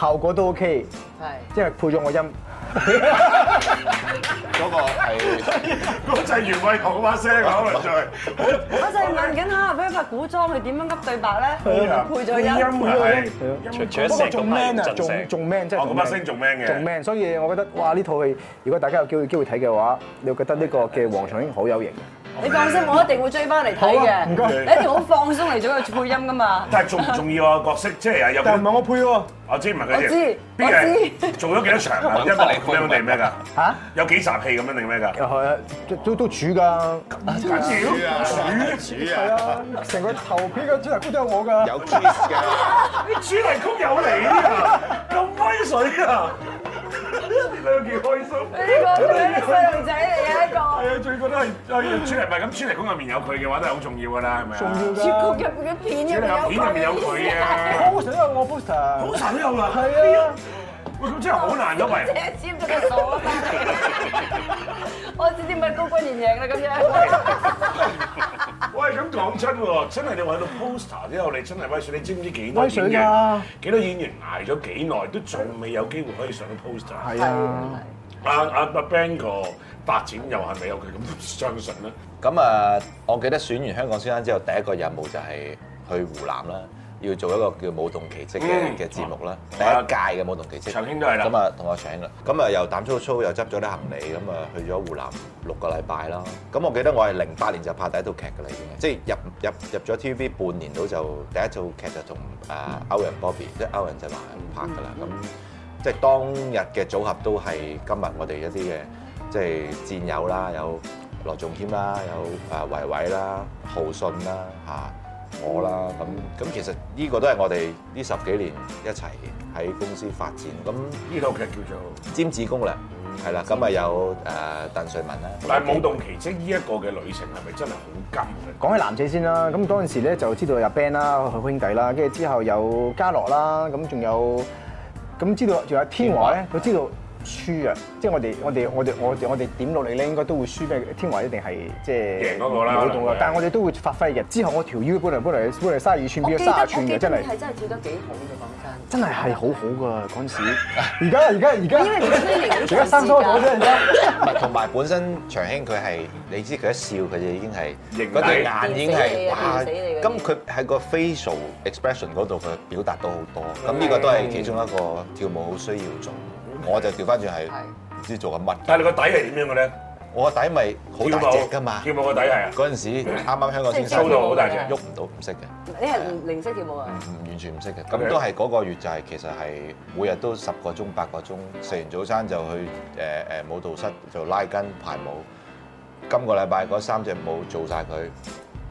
Speaker 5: 效果都 OK，
Speaker 2: 係。
Speaker 5: 因為配咗我音。
Speaker 1: (laughs)
Speaker 3: 嗰個係
Speaker 1: 嗰陣袁偉豪嗰把聲，可能就係
Speaker 2: 我就係問緊下，俾佢拍古裝，佢點樣噏對白咧？
Speaker 1: 네.
Speaker 2: 配咗
Speaker 1: 音
Speaker 2: 音。
Speaker 1: 係
Speaker 4: 除除咗
Speaker 5: 不過
Speaker 4: 成
Speaker 5: 仲 man 啊，
Speaker 4: 盡
Speaker 5: 仲
Speaker 4: 成。
Speaker 5: 仲 man 真係
Speaker 1: 哦咁把聲仲 man 嘅
Speaker 5: 仲 man，所以我覺得哇呢套戲，如果大家有機會機會睇嘅話，你會覺得呢個嘅黃長英好有型嘅。
Speaker 2: 你放心，我一定會追翻嚟睇嘅。
Speaker 5: 好啊唔該
Speaker 2: 你一定好放鬆嚟咗佢配音噶嘛。
Speaker 1: 但係重唔重要啊？角色即係有冇？
Speaker 5: 係我配喎，
Speaker 1: 我知唔係佢
Speaker 2: 我知
Speaker 1: 邊
Speaker 2: 我
Speaker 1: 係做咗幾多場啊？一幕咁樣定咩㗎？
Speaker 5: 嚇
Speaker 1: 有幾集戲咁樣定咩㗎？
Speaker 5: 又係啊都都都主㗎，
Speaker 1: 緊要
Speaker 3: 主
Speaker 5: 係
Speaker 3: 啊，
Speaker 5: 啊，成個頭片嘅主題曲都有我㗎。
Speaker 3: 有 kiss 嘅，
Speaker 1: 啲主題曲有你啊！咁威水啊！你兩幾開心？
Speaker 2: 呢個佢係一個細路仔嚟嘅
Speaker 1: 係啊，最覺得係係主題唔係咁，主題曲入面有佢嘅話都係好重要㗎啦，係咪啊？
Speaker 5: 重
Speaker 2: 一個
Speaker 5: 要
Speaker 2: 主
Speaker 5: 㗎。
Speaker 2: 曲入面嘅片入面
Speaker 1: 主題
Speaker 2: 有
Speaker 1: 片入面有佢啊！
Speaker 5: 好想有我 poster，
Speaker 1: 神都有啦，
Speaker 5: 係啊，
Speaker 1: 喂，咁真係好難㗎
Speaker 2: 即
Speaker 1: 喂！
Speaker 2: 係尖咗個數啊！我知點解高君然贏啦咁樣。
Speaker 1: 喂，咁講真喎，真係你話到 poster 之後，你真係威水，你知唔知幾多
Speaker 5: 威
Speaker 1: 演
Speaker 5: 水
Speaker 1: 員
Speaker 5: 㗎？
Speaker 1: 幾多演員捱咗幾耐都仲未有機會可以上到 poster？係
Speaker 5: 係啊，
Speaker 1: 阿阿阿 Bang 個發展又係咪有佢咁相信咧？
Speaker 3: 咁啊，我記得選完香港先生之後，第一個任務就係去湖南啦，要做一個叫舞動奇蹟嘅
Speaker 1: 嗯
Speaker 3: 嘅節目啦，
Speaker 1: 嗯
Speaker 3: 第一屆嘅舞動奇蹟。
Speaker 1: 長興都係啦
Speaker 3: 咁啊，同我請啦。咁啊，又膽粗粗又執咗啲行李，咁啊去咗湖南六個禮拜啦。咁我記得我係零八年就拍第一套劇㗎啦，已經，即係入入入咗 TVB 半年到就第一套劇就同啊歐陽 Bobby 即係歐陽振華拍㗎啦。咁
Speaker 1: 嗯
Speaker 3: 即係當日嘅組合都係今日我哋一啲嘅即係戰友啦，有羅仲謙啦，有啊維維啦、浩信啦嚇、我啦，咁咁其實呢個都係我哋呢十幾年一齊喺公司發展，咁
Speaker 1: 呢套劇叫做。
Speaker 3: 尖子攻略係啦，咁啊有誒鄧瑞文啦，
Speaker 1: 但係舞動奇蹟呢一個嘅旅程係咪真係好金嘅？
Speaker 5: 講起男仔先啦，咁嗰陣時咧就知道有 band 啦、好兄弟啦，跟住之後有嘉樂啦，咁仲有咁知道仲有天華咧，佢知道輸啊，即係我哋我哋我哋我哋我哋點落嚟咧，應該都會輸俾天華，一定係即係
Speaker 1: 贏嗰個啦
Speaker 5: 冇到
Speaker 1: 可能
Speaker 5: 啦
Speaker 1: 係。
Speaker 5: 但係我哋都會發揮嘅。之後我條腰本來本來本來三十二寸
Speaker 2: 我
Speaker 5: 變
Speaker 2: 記得
Speaker 5: 咗三
Speaker 2: 我
Speaker 5: 十寸
Speaker 2: 記
Speaker 5: 嘅，真
Speaker 2: 得
Speaker 5: 係
Speaker 2: 你係真係跳得幾好嘅，講真。
Speaker 5: 真係係好好噶嗰陣時。
Speaker 2: (laughs)
Speaker 5: 而家而家而家
Speaker 2: 因為你呢年
Speaker 5: 而家生疏咗啫，而家。
Speaker 3: 唔係同埋本身長興佢係你知佢一笑佢就已經係
Speaker 1: 型
Speaker 3: 嗰對
Speaker 1: 底
Speaker 3: 眼已經
Speaker 2: 電死
Speaker 3: 係
Speaker 2: 你啊
Speaker 3: 哇，
Speaker 2: 電死你嗰啲
Speaker 3: 咁佢喺個 facial expression 嗰度佢表達到好多，咁呢個都係其中一個跳舞好需要做，我就調翻轉係
Speaker 2: 係
Speaker 3: 唔知做緊乜，
Speaker 1: 但係你個底係點樣嘅咧？
Speaker 3: 我個底咪好
Speaker 1: 跳
Speaker 3: 大隻
Speaker 1: 舞
Speaker 3: 㗎嘛
Speaker 1: 跳。舞個底係啊，
Speaker 3: 嗰陣時啱啱香港先
Speaker 1: 收到好大隻
Speaker 3: 喐唔到，唔識嘅，
Speaker 2: 你係零識跳舞啊？
Speaker 3: 唔完全唔識嘅。
Speaker 1: OK
Speaker 3: 咁都係嗰個月就係其實係每日都十個鐘八個鐘，食完早餐就去誒誒舞蹈室就拉筋排舞。今個禮拜嗰三隻舞做晒佢，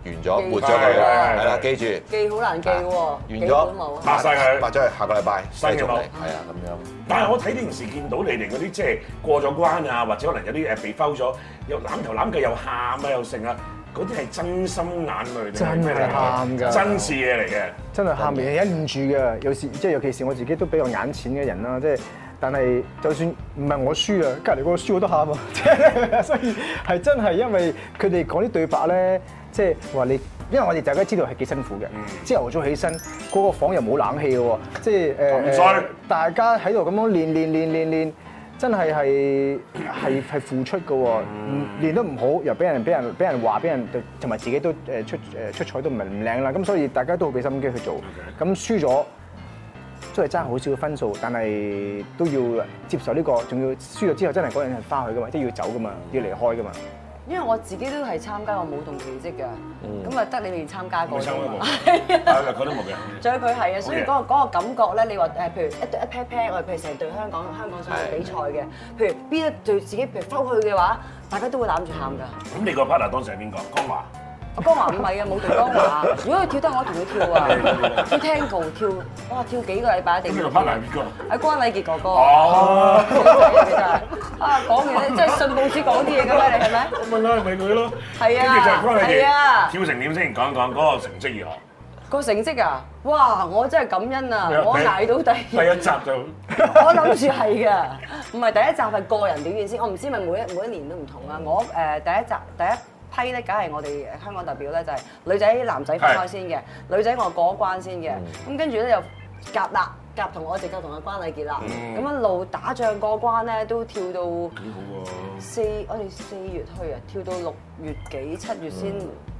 Speaker 3: 完咗
Speaker 2: 記
Speaker 3: 抹咗
Speaker 1: 係
Speaker 3: 佢，
Speaker 1: 係係
Speaker 3: 係啦，
Speaker 1: 係
Speaker 3: 記住。
Speaker 2: 記好難記喎，
Speaker 3: 完
Speaker 2: 幾本
Speaker 3: 咗
Speaker 2: 舞啊
Speaker 1: 抹晒佢
Speaker 3: 抹咗佢，下個禮拜
Speaker 1: 新嘅
Speaker 3: 繼續
Speaker 1: 舞
Speaker 3: 嚟，係啊咁樣。
Speaker 1: 但係我睇電視見到你哋嗰啲即係過咗關啊，或者可能有啲誒被摟咗，又攬頭攬腳又喊啊又剩啊，嗰啲係真心眼淚定係咩嚟
Speaker 5: 真係喊㗎
Speaker 1: 真事嘢嚟嘅。
Speaker 5: 真係喊嘢忍唔住嘅，有時即係尤其是我自己都比較眼淺嘅人啦，即係但係就算唔係我輸啊，隔離嗰個輸我都喊啊， (laughs) 即係所以係真係因為佢哋講啲對白咧，即係話你。因為我哋大家知道係幾辛苦嘅，朝頭早起身，嗰個房又冇冷氣嘅喎，即係
Speaker 1: 咁
Speaker 5: 誒
Speaker 1: 衰
Speaker 5: 誒，大家喺度咁樣練練練練練，真係係係係付出嘅喎，唔練得唔好又俾人俾人俾人話，俾人同埋自己都誒出誒出彩都唔係唔靚啦，咁所以大家都好俾心機去做，咁輸咗。都係爭好少嘅分數，但係都要接受呢、個，仲要輸咗之後真係嗰個人係翻去噶嘛，即係要走噶嘛，要離開噶嘛。
Speaker 2: 因為我自己都係參加過舞動奇蹟嘅，咁啊得你哋參加過
Speaker 1: 冇
Speaker 2: 啫
Speaker 1: 參加
Speaker 2: 嘛。
Speaker 1: 過，係嗰啲冇嘅。
Speaker 2: 仲有佢係啊，所
Speaker 1: 好嘢
Speaker 2: 以嗰、個嗰個感覺咧，你話誒，譬如一隊一 pair pair，我哋譬如成隊香港香港上去比賽嘅，譬如邊一隊自己譬如抽去嘅話，大家都會攬住喊㗎。
Speaker 1: 咁你個 partner 當時係邊個？江華。
Speaker 2: 江華唔係啊，冇同江華。如果佢跳得，我同佢跳啊，跳 tango 跳，哇跳幾個禮拜一
Speaker 1: 咁
Speaker 2: 定
Speaker 1: 你個
Speaker 2: 要。
Speaker 1: partner 係邊個？
Speaker 2: 係關禮傑哥哥。
Speaker 1: 哦。
Speaker 2: 啊講嘢真係信報紙講啲嘢㗎咩？你係咪？
Speaker 1: 我問下係咪佢咯？
Speaker 2: 係啊
Speaker 1: 跟住就係關你
Speaker 2: 係啊
Speaker 1: 哋跳成點先？講講嗰個成績如何？
Speaker 2: 個成績啊，哇！我真係感恩啊
Speaker 1: 係啊，
Speaker 2: 我捱到
Speaker 1: 第一集就。
Speaker 2: 我諗住係嘅，唔係第一集係個人表演先，我唔知咪每一每一年都唔同啊。我誒、第一集第一批咧，梗係我哋香港代表咧，就係、女仔男仔分開先嘅，女仔我過一關先嘅，咁跟住咧就夾啦。夾同我直夾同阿關禮傑啦，咁、一路打仗過關咧，都跳到
Speaker 1: 幾好喎！
Speaker 2: 四，我哋四月去啊，跳到六月幾七月先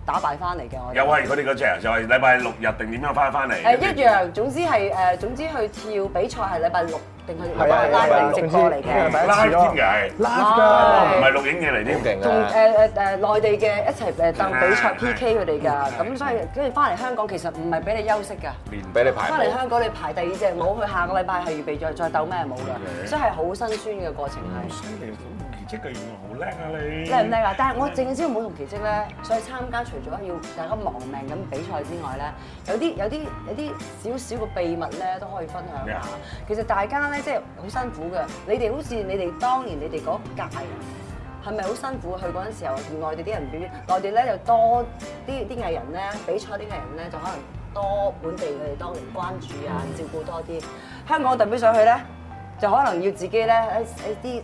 Speaker 2: 打敗翻嚟嘅我哋。
Speaker 1: 又係佢哋嗰隻，又係禮拜六日定點樣翻翻嚟？
Speaker 2: 誒一樣，總之係誒，總之去跳比賽係禮拜六定係禮
Speaker 5: 係啊
Speaker 2: 拜
Speaker 5: 係啊係啊
Speaker 2: 拉定直播嚟
Speaker 5: 總之
Speaker 2: 嘅
Speaker 5: 係。咪
Speaker 1: live 添嘅係，
Speaker 5: Live
Speaker 2: 㗎
Speaker 1: 唔係錄影嘢嚟
Speaker 3: 好
Speaker 1: 添。
Speaker 3: 勁
Speaker 2: 同
Speaker 3: 啊！
Speaker 2: 誒誒誒內地嘅一齊誒鬥比賽
Speaker 1: 嗯
Speaker 2: PK 佢哋㗎，咁
Speaker 1: 嗯
Speaker 2: 所以跟住翻嚟香港其實唔係俾你休息㗎。
Speaker 3: 唔俾你排
Speaker 2: 翻嚟
Speaker 3: 舞，
Speaker 2: 香港你排第二隻舞，佢下個禮拜係預備再再鬥咩舞㗎，所以係好辛酸嘅過程係。
Speaker 1: 犀利，奇蹟嘅原來好叻啊你！
Speaker 2: 叻唔叻啊？但係我淨係知道舞同奇蹟咧，所以參加除咗要大家亡命咁比賽之外咧，有啲有啲有啲少少嘅秘密咧都可以分享
Speaker 1: 咩
Speaker 2: 下
Speaker 1: 啊。
Speaker 2: 其實大家咧即係好辛苦嘅，你哋好似你哋當年你哋嗰屆啊。係咪好辛苦？去嗰陣時候，內地啲人表演，內地咧又多啲啲藝人咧，比賽啲藝人咧就可能多本地佢哋當年關注哎啊，照顧多啲。香港特別上去咧，就可能要自己咧喺喺啲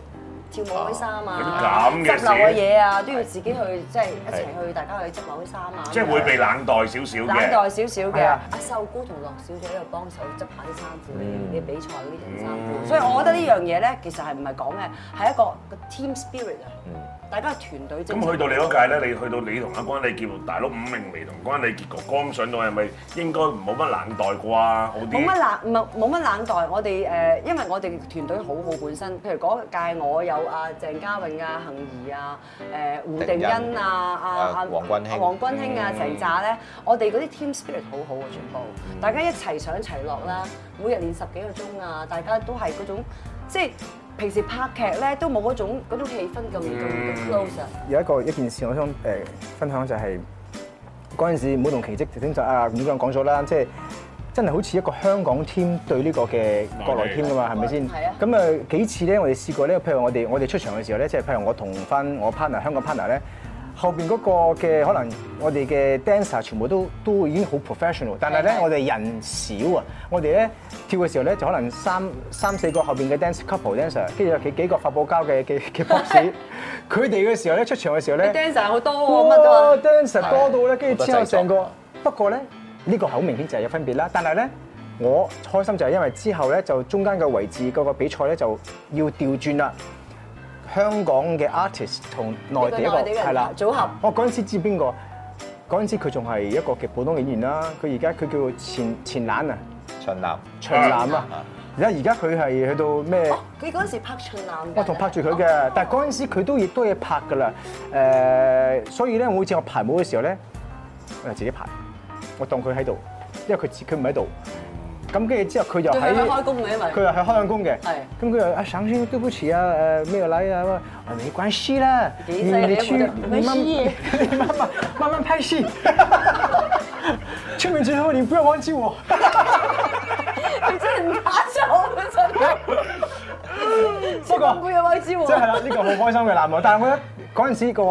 Speaker 2: 跳舞啲衫啊
Speaker 1: 啊，有啲咁嘅
Speaker 2: 執
Speaker 1: 事
Speaker 2: 漏嘅嘢啊，都要自己去即係一齊去，大家去執漏啲衫啊。
Speaker 1: 即係會被冷待少少
Speaker 2: 冷待少
Speaker 1: 嘅。
Speaker 2: 少嘅。
Speaker 5: 係啊
Speaker 2: 阿
Speaker 5: 嗯
Speaker 2: 秀姑同樂小姐喺度幫手執下啲衫褲，你比賽嗰啲人衫
Speaker 1: 嗯
Speaker 2: 褲。所以我覺得呢樣嘢咧，其實係唔係講嘅，係一個個 team spirit 啊，大家係團隊精
Speaker 1: 嗯
Speaker 2: 神。
Speaker 1: 咁去到你嗰屆咧，你去到你同阿關禮傑大佬五名嚟同關禮傑哥剛上到，係咪應該冇乜冷待啩？好
Speaker 2: 冇乜
Speaker 1: 啲。
Speaker 2: 冷冇冇乜冷待，我哋誒、呃因為我哋團隊好好本身，譬如嗰屆我有阿鄭嘉穎啊、恒怡啊、誒、胡定欣啊、阿
Speaker 3: 啊黃君馨
Speaker 2: 黃君馨
Speaker 5: 嗯
Speaker 2: 啊，成扎咧，我哋嗰啲 team spirit 好好啊，全部
Speaker 5: 嗯
Speaker 2: 大家一齊上一齊落啦，每日練十幾個鐘啊，大家都係嗰種即係平時拍劇咧都冇嗰種嗰種氣氛咁
Speaker 5: 嗯
Speaker 2: 咁 close 啊，
Speaker 5: 有一個一件事，我想誒分享就係嗰陣時，唔好同奇蹟調整就啊咁樣講咗啦，即係真係好似一個香港 team 對呢個嘅國內 team 噶嘛，係咪先？
Speaker 2: 係啊
Speaker 5: 咁誒幾次咧，我哋試過咧，譬如我哋我哋出場嘅時候咧，即係譬如我同翻我 partner 香港 partner 咧。後邊嗰個嘅可能我哋嘅 dancer 全部都都已經好 professional，但係咧
Speaker 2: 係係
Speaker 5: 我哋人少啊，我哋咧跳嘅時候咧就可能三三四個後邊嘅 dance couple dancer，跟住有幾幾個發泡膠嘅嘅嘅 boss，
Speaker 2: (laughs)
Speaker 5: 佢哋嘅時候咧出場嘅時候
Speaker 2: 你
Speaker 5: 咧。
Speaker 2: dancer 好多喎，乜都
Speaker 5: 哇
Speaker 2: 啊，
Speaker 5: dancer 多到咧，跟住之後成
Speaker 3: 好多製
Speaker 5: 個
Speaker 3: 作。
Speaker 5: 不過咧，呢個好明顯就係有分別啦。但係咧，我開心就係因為之後咧，就中間嘅位置嗰個比賽咧就要調轉啦。香港嘅 artist 同內地
Speaker 2: 你
Speaker 5: 一個
Speaker 2: 個內地嘅人組合
Speaker 5: 我哦嗰陣時知邊個？嗰陣時佢仲係一個嘅普通演員啦。佢而家佢叫前前攬啊，
Speaker 3: 秦南
Speaker 5: 長攬啊。而家而家佢係去到咩？
Speaker 2: 哦佢嗰陣時拍秦南㗎，
Speaker 5: 我同拍住佢
Speaker 2: 哦
Speaker 5: 嘅，但係嗰陣時佢都亦都嘢拍㗎啦。誒、所以咧，每次我排舞嘅時候咧，我就自己排，我當佢喺度，因為佢自佢唔喺度。咁跟住之後，佢又
Speaker 2: 對佢
Speaker 5: 喺
Speaker 2: 係開工嘅因為
Speaker 5: 佢又係開緊工嘅。
Speaker 2: 係
Speaker 5: 咁佢又啊，省先對不起啊，誒咩禮啊，我話沒關係啦，
Speaker 2: 幾犀利啊
Speaker 5: 去
Speaker 2: 我覺得
Speaker 5: 慢
Speaker 2: 沒事
Speaker 5: 你慢慢慢慢拍戲。出面之後，你不要忘記我。
Speaker 2: (laughs) 佢真係唔打錯嘅真係。不過每日位置喎，
Speaker 5: 即係啦，呢個好開心嘅欄目。但係我覺得嗰陣時個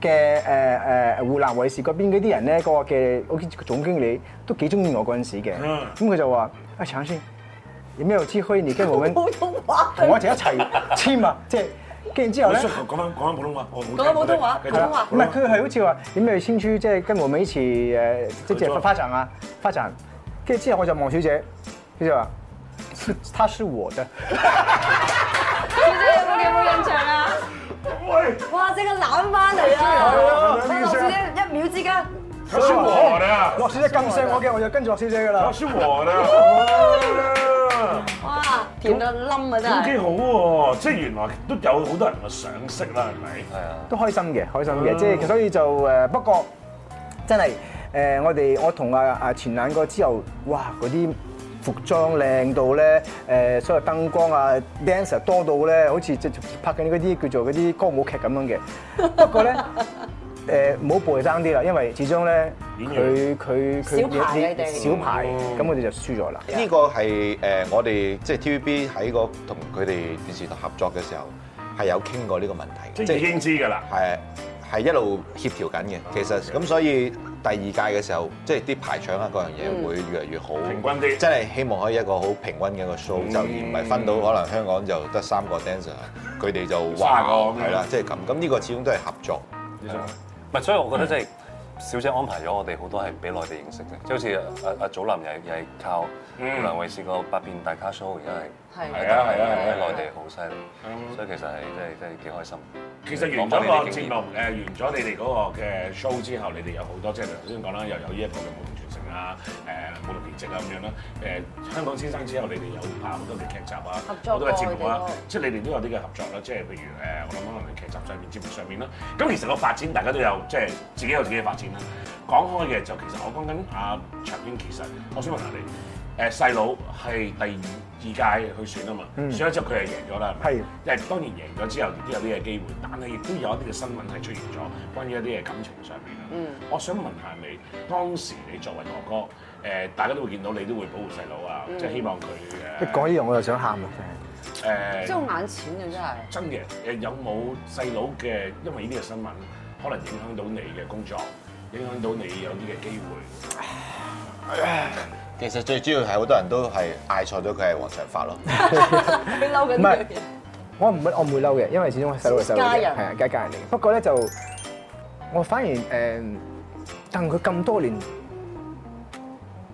Speaker 5: 嘅誒誒湖南衞視嗰邊嗰啲人咧，嗰個嘅好似總經理都幾中意我嗰陣時嘅。
Speaker 2: 嗯
Speaker 5: 咁佢就話：啊，陳先，有咩有機會你跟我們
Speaker 2: 普通話 (laughs)
Speaker 5: 同我一齊一齊簽啊？即係跟住之後
Speaker 1: 你
Speaker 5: 咧
Speaker 1: 出。講翻講翻普通話，我冇聽
Speaker 2: 講緊普通話
Speaker 1: 繼續
Speaker 2: 普通話
Speaker 5: 唔係佢係好似話有咩有興趣，即係跟我們一起誒，即係發展啊，發展。跟住之後我就望小姐，佢就話： (laughs) 是，他是我 (laughs) 的。
Speaker 2: 小姐有冇有冇印象啊？
Speaker 1: 喂，
Speaker 2: 哇！即刻攬翻嚟啊！
Speaker 5: 係
Speaker 2: 阿
Speaker 5: 啊
Speaker 2: 羅小姐一秒之間，
Speaker 1: 有小和啦，
Speaker 5: 樂小姐咁錫我嘅，我就跟住樂小姐噶啦
Speaker 1: 有。小和啦。
Speaker 2: 哇！甜到冧啊！真
Speaker 1: 咁幾
Speaker 2: 係。
Speaker 1: 好喎！即係原來都有好多人嘅賞識啦，係咪？
Speaker 4: 係啊，
Speaker 5: 都開心嘅，開心
Speaker 1: 啊
Speaker 5: 嘅，即係所以就誒，不過真係誒，我哋我同阿阿前兩個之後，哇嗰啲服裝靚到咧，誒所有燈光啊 dancer 多到咧，好似即係拍緊嗰啲叫做嗰啲歌舞劇咁樣
Speaker 1: (laughs)
Speaker 5: 嘅。不過呃咧誒冇部就爭啲啦，因為始終咧
Speaker 1: 演
Speaker 5: 佢
Speaker 1: 員
Speaker 5: 佢佢
Speaker 2: 小牌啊
Speaker 5: 有
Speaker 2: 你哋
Speaker 5: 小牌，咁我哋就輸咗啦。
Speaker 1: 嗯
Speaker 3: 呢個係誒我哋即係 TVB 喺個同佢哋電視台合作嘅時候係有傾過呢個問題
Speaker 1: 即
Speaker 3: 嘅，
Speaker 1: 係已經知㗎啦。
Speaker 3: 係係一路協調緊嘅。其實咁所以第二屆嘅時候，即係啲排場啊嗰樣嘢會越嚟越好，
Speaker 1: 平均啲
Speaker 3: 真係希望可以一個好平均嘅一個 show，就而唔係分到可能香港就得三個 dancer，佢哋就
Speaker 1: 卅
Speaker 3: 哇
Speaker 1: 個咁樣
Speaker 3: 係啦，即係咁。咁呢個始終都係合作。
Speaker 4: 唔係，所以我覺得即係小姐安排咗我哋好多係俾內地認識嘅，即係好似阿阿祖藍又係又係靠湖南衛視個百變大咖 show，而家係。
Speaker 1: 嗯
Speaker 2: 係
Speaker 1: 係啊係啊係
Speaker 4: 喺
Speaker 1: 啊嗯
Speaker 4: 內地好犀利，所以其實係真係真係幾開心。
Speaker 1: 其實完咗個節目，誒完咗你哋嗰個嘅 show 之後，你哋有好多即係頭先講啦，又有呢一個嘅舞龍傳承啊，誒舞龍奇蹟啊咁樣啦，誒香港先生之後，你哋有拍好多嘅劇集啊，
Speaker 2: 合
Speaker 1: 好
Speaker 2: 作過
Speaker 1: 多嘅節目
Speaker 2: 佢哋
Speaker 1: 啊
Speaker 2: 都，
Speaker 1: 即係你哋都有啲嘅合作啦，即係譬如誒我諗可能係劇集上面、節目上面啦。咁其實個發展大家都有，即係自己有自己嘅發展啦。講開嘅就其實我講緊阿卓英，其實我想問下你，誒細佬係第二屆去選啊嘛，選咗之後佢係贏咗啦，係咪
Speaker 5: 係
Speaker 1: 因為當然贏咗之後，亦都有啲嘅機會，但係亦都有一啲嘅新聞係出現咗，關於一啲嘅感情上面啦。啊
Speaker 2: 嗯
Speaker 1: 我想問下你，當時你作為哥哥，誒、大家都會見到你都會保護細佬啊，
Speaker 2: 嗯
Speaker 1: 即係希望佢
Speaker 5: 一
Speaker 1: 誒
Speaker 5: 講呢樣我就想喊啦，真係。
Speaker 1: 誒
Speaker 2: 即係好眼啊淺嘅真係。
Speaker 1: 真嘅誒，有冇細佬嘅因為呢啲嘅新聞，可能影響到你嘅工作，影響到你有啲嘅機會，
Speaker 3: 其實最主要係好多人都係嗌錯咗佢係黃長發咯。
Speaker 2: 你嬲緊
Speaker 5: 唔係
Speaker 2: 佢。
Speaker 5: 我唔會我唔會嬲嘅，因為始終係細佬係細佬
Speaker 2: 家
Speaker 5: 嘅，
Speaker 2: 人
Speaker 5: 係啊，家家人嚟嘅。不過咧就我反而誒，但佢咁多年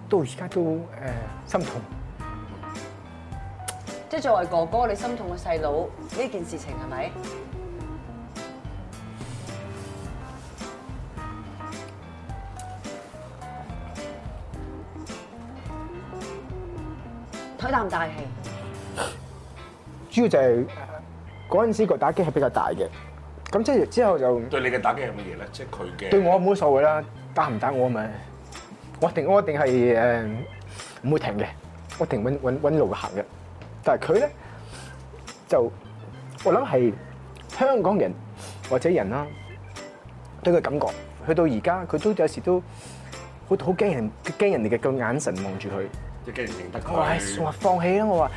Speaker 5: 到而家都誒、呃心痛。
Speaker 2: 即係作為哥哥，你心痛個細佬呢件事情係咪？推啖大氣，
Speaker 5: 主要就係嗰陣時個打擊係比較大嘅，咁即係之後就
Speaker 1: 對你嘅打擊係乜嘢咧？即係佢嘅
Speaker 5: 對我冇乜所謂啦，打唔打我咪，我一定我一定係誒唔會停嘅，我一定揾揾揾路行嘅。但係佢咧就我諗係香港人或者人啦，對佢感覺，去到而家佢都有時都好好驚人驚人哋嘅個眼神望住佢。
Speaker 1: 即係認得
Speaker 5: 我話唉
Speaker 1: 佢
Speaker 5: 我話。放棄啦！我話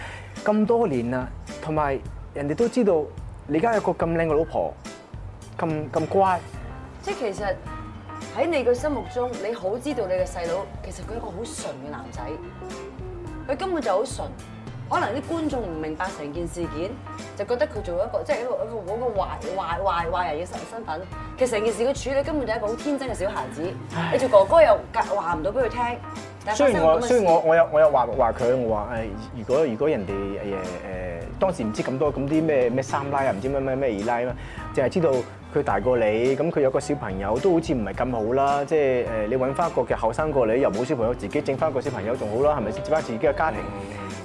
Speaker 5: 咁多年啦，同埋人哋都知道你而家有個咁靚嘅老婆，咁咁乖，
Speaker 2: 即係其實喺你嘅心目中，你好知道你嘅細佬其實佢係一個好純嘅男仔，佢根本就好純。可能啲觀眾唔明白成件事件，就覺得佢做一個即係一個一個一個壞壞壞壞人嘅身身份。其實成件事嘅處理根本就係一個好天真嘅小孩子。你做哥哥又夾話唔到俾佢聽，但係發
Speaker 5: 雖
Speaker 2: 生
Speaker 5: 然
Speaker 2: 咁
Speaker 5: 我
Speaker 2: 嘅
Speaker 5: 雖然
Speaker 2: 事，
Speaker 5: 我我有我有話話佢，我話誒，如果如果人哋誒誒當時唔知咁多咁啲咩咩三奶啊，唔知咩咩咩二奶啊，淨係知道佢大過你，咁佢有個小朋友都好似唔係咁好啦，即係誒呃你揾翻一個嘅後生過你，又冇小朋友，自己整翻個小朋友仲好啦，係咪先？接翻自己嘅家庭。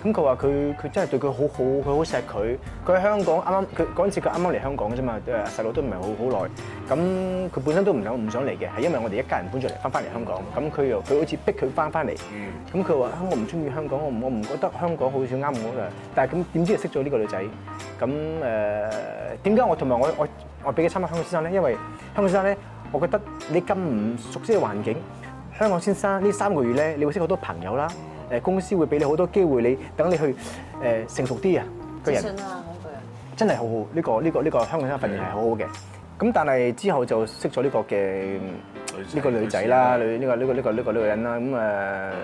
Speaker 5: 咁佢話佢佢真係對佢好好，佢好錫佢。佢喺香港啱啱佢嗰陣時佢啱啱嚟香港嘅啫嘛，誒細佬都唔係好好耐。咁佢本身都唔想唔想嚟嘅，係因為我哋一家人搬咗嚟翻翻嚟香港。咁佢又佢好似逼佢翻翻嚟。咁佢話啊我唔中意香港，我唔我唔覺得香港好似啱我啦。但係咁點知就識咗呢個女仔。咁誒點解我同埋我我我俾佢參加香港先生咧？因為香港先生咧，我覺得你咁唔熟悉嘅環境。香港先生呢三個月咧，你會識好多朋友啦，誒公司會俾你好多機會你，等你去誒成熟啲啊
Speaker 2: 自
Speaker 5: 個人。
Speaker 2: 信啦嗰句。
Speaker 5: 真係好好，呢、個呢、個呢、個香港人訓練係好好嘅。咁但係之後就識咗呢個嘅呢個女仔啦，女呢、個呢、個呢、個呢、個女人啦，咁誒、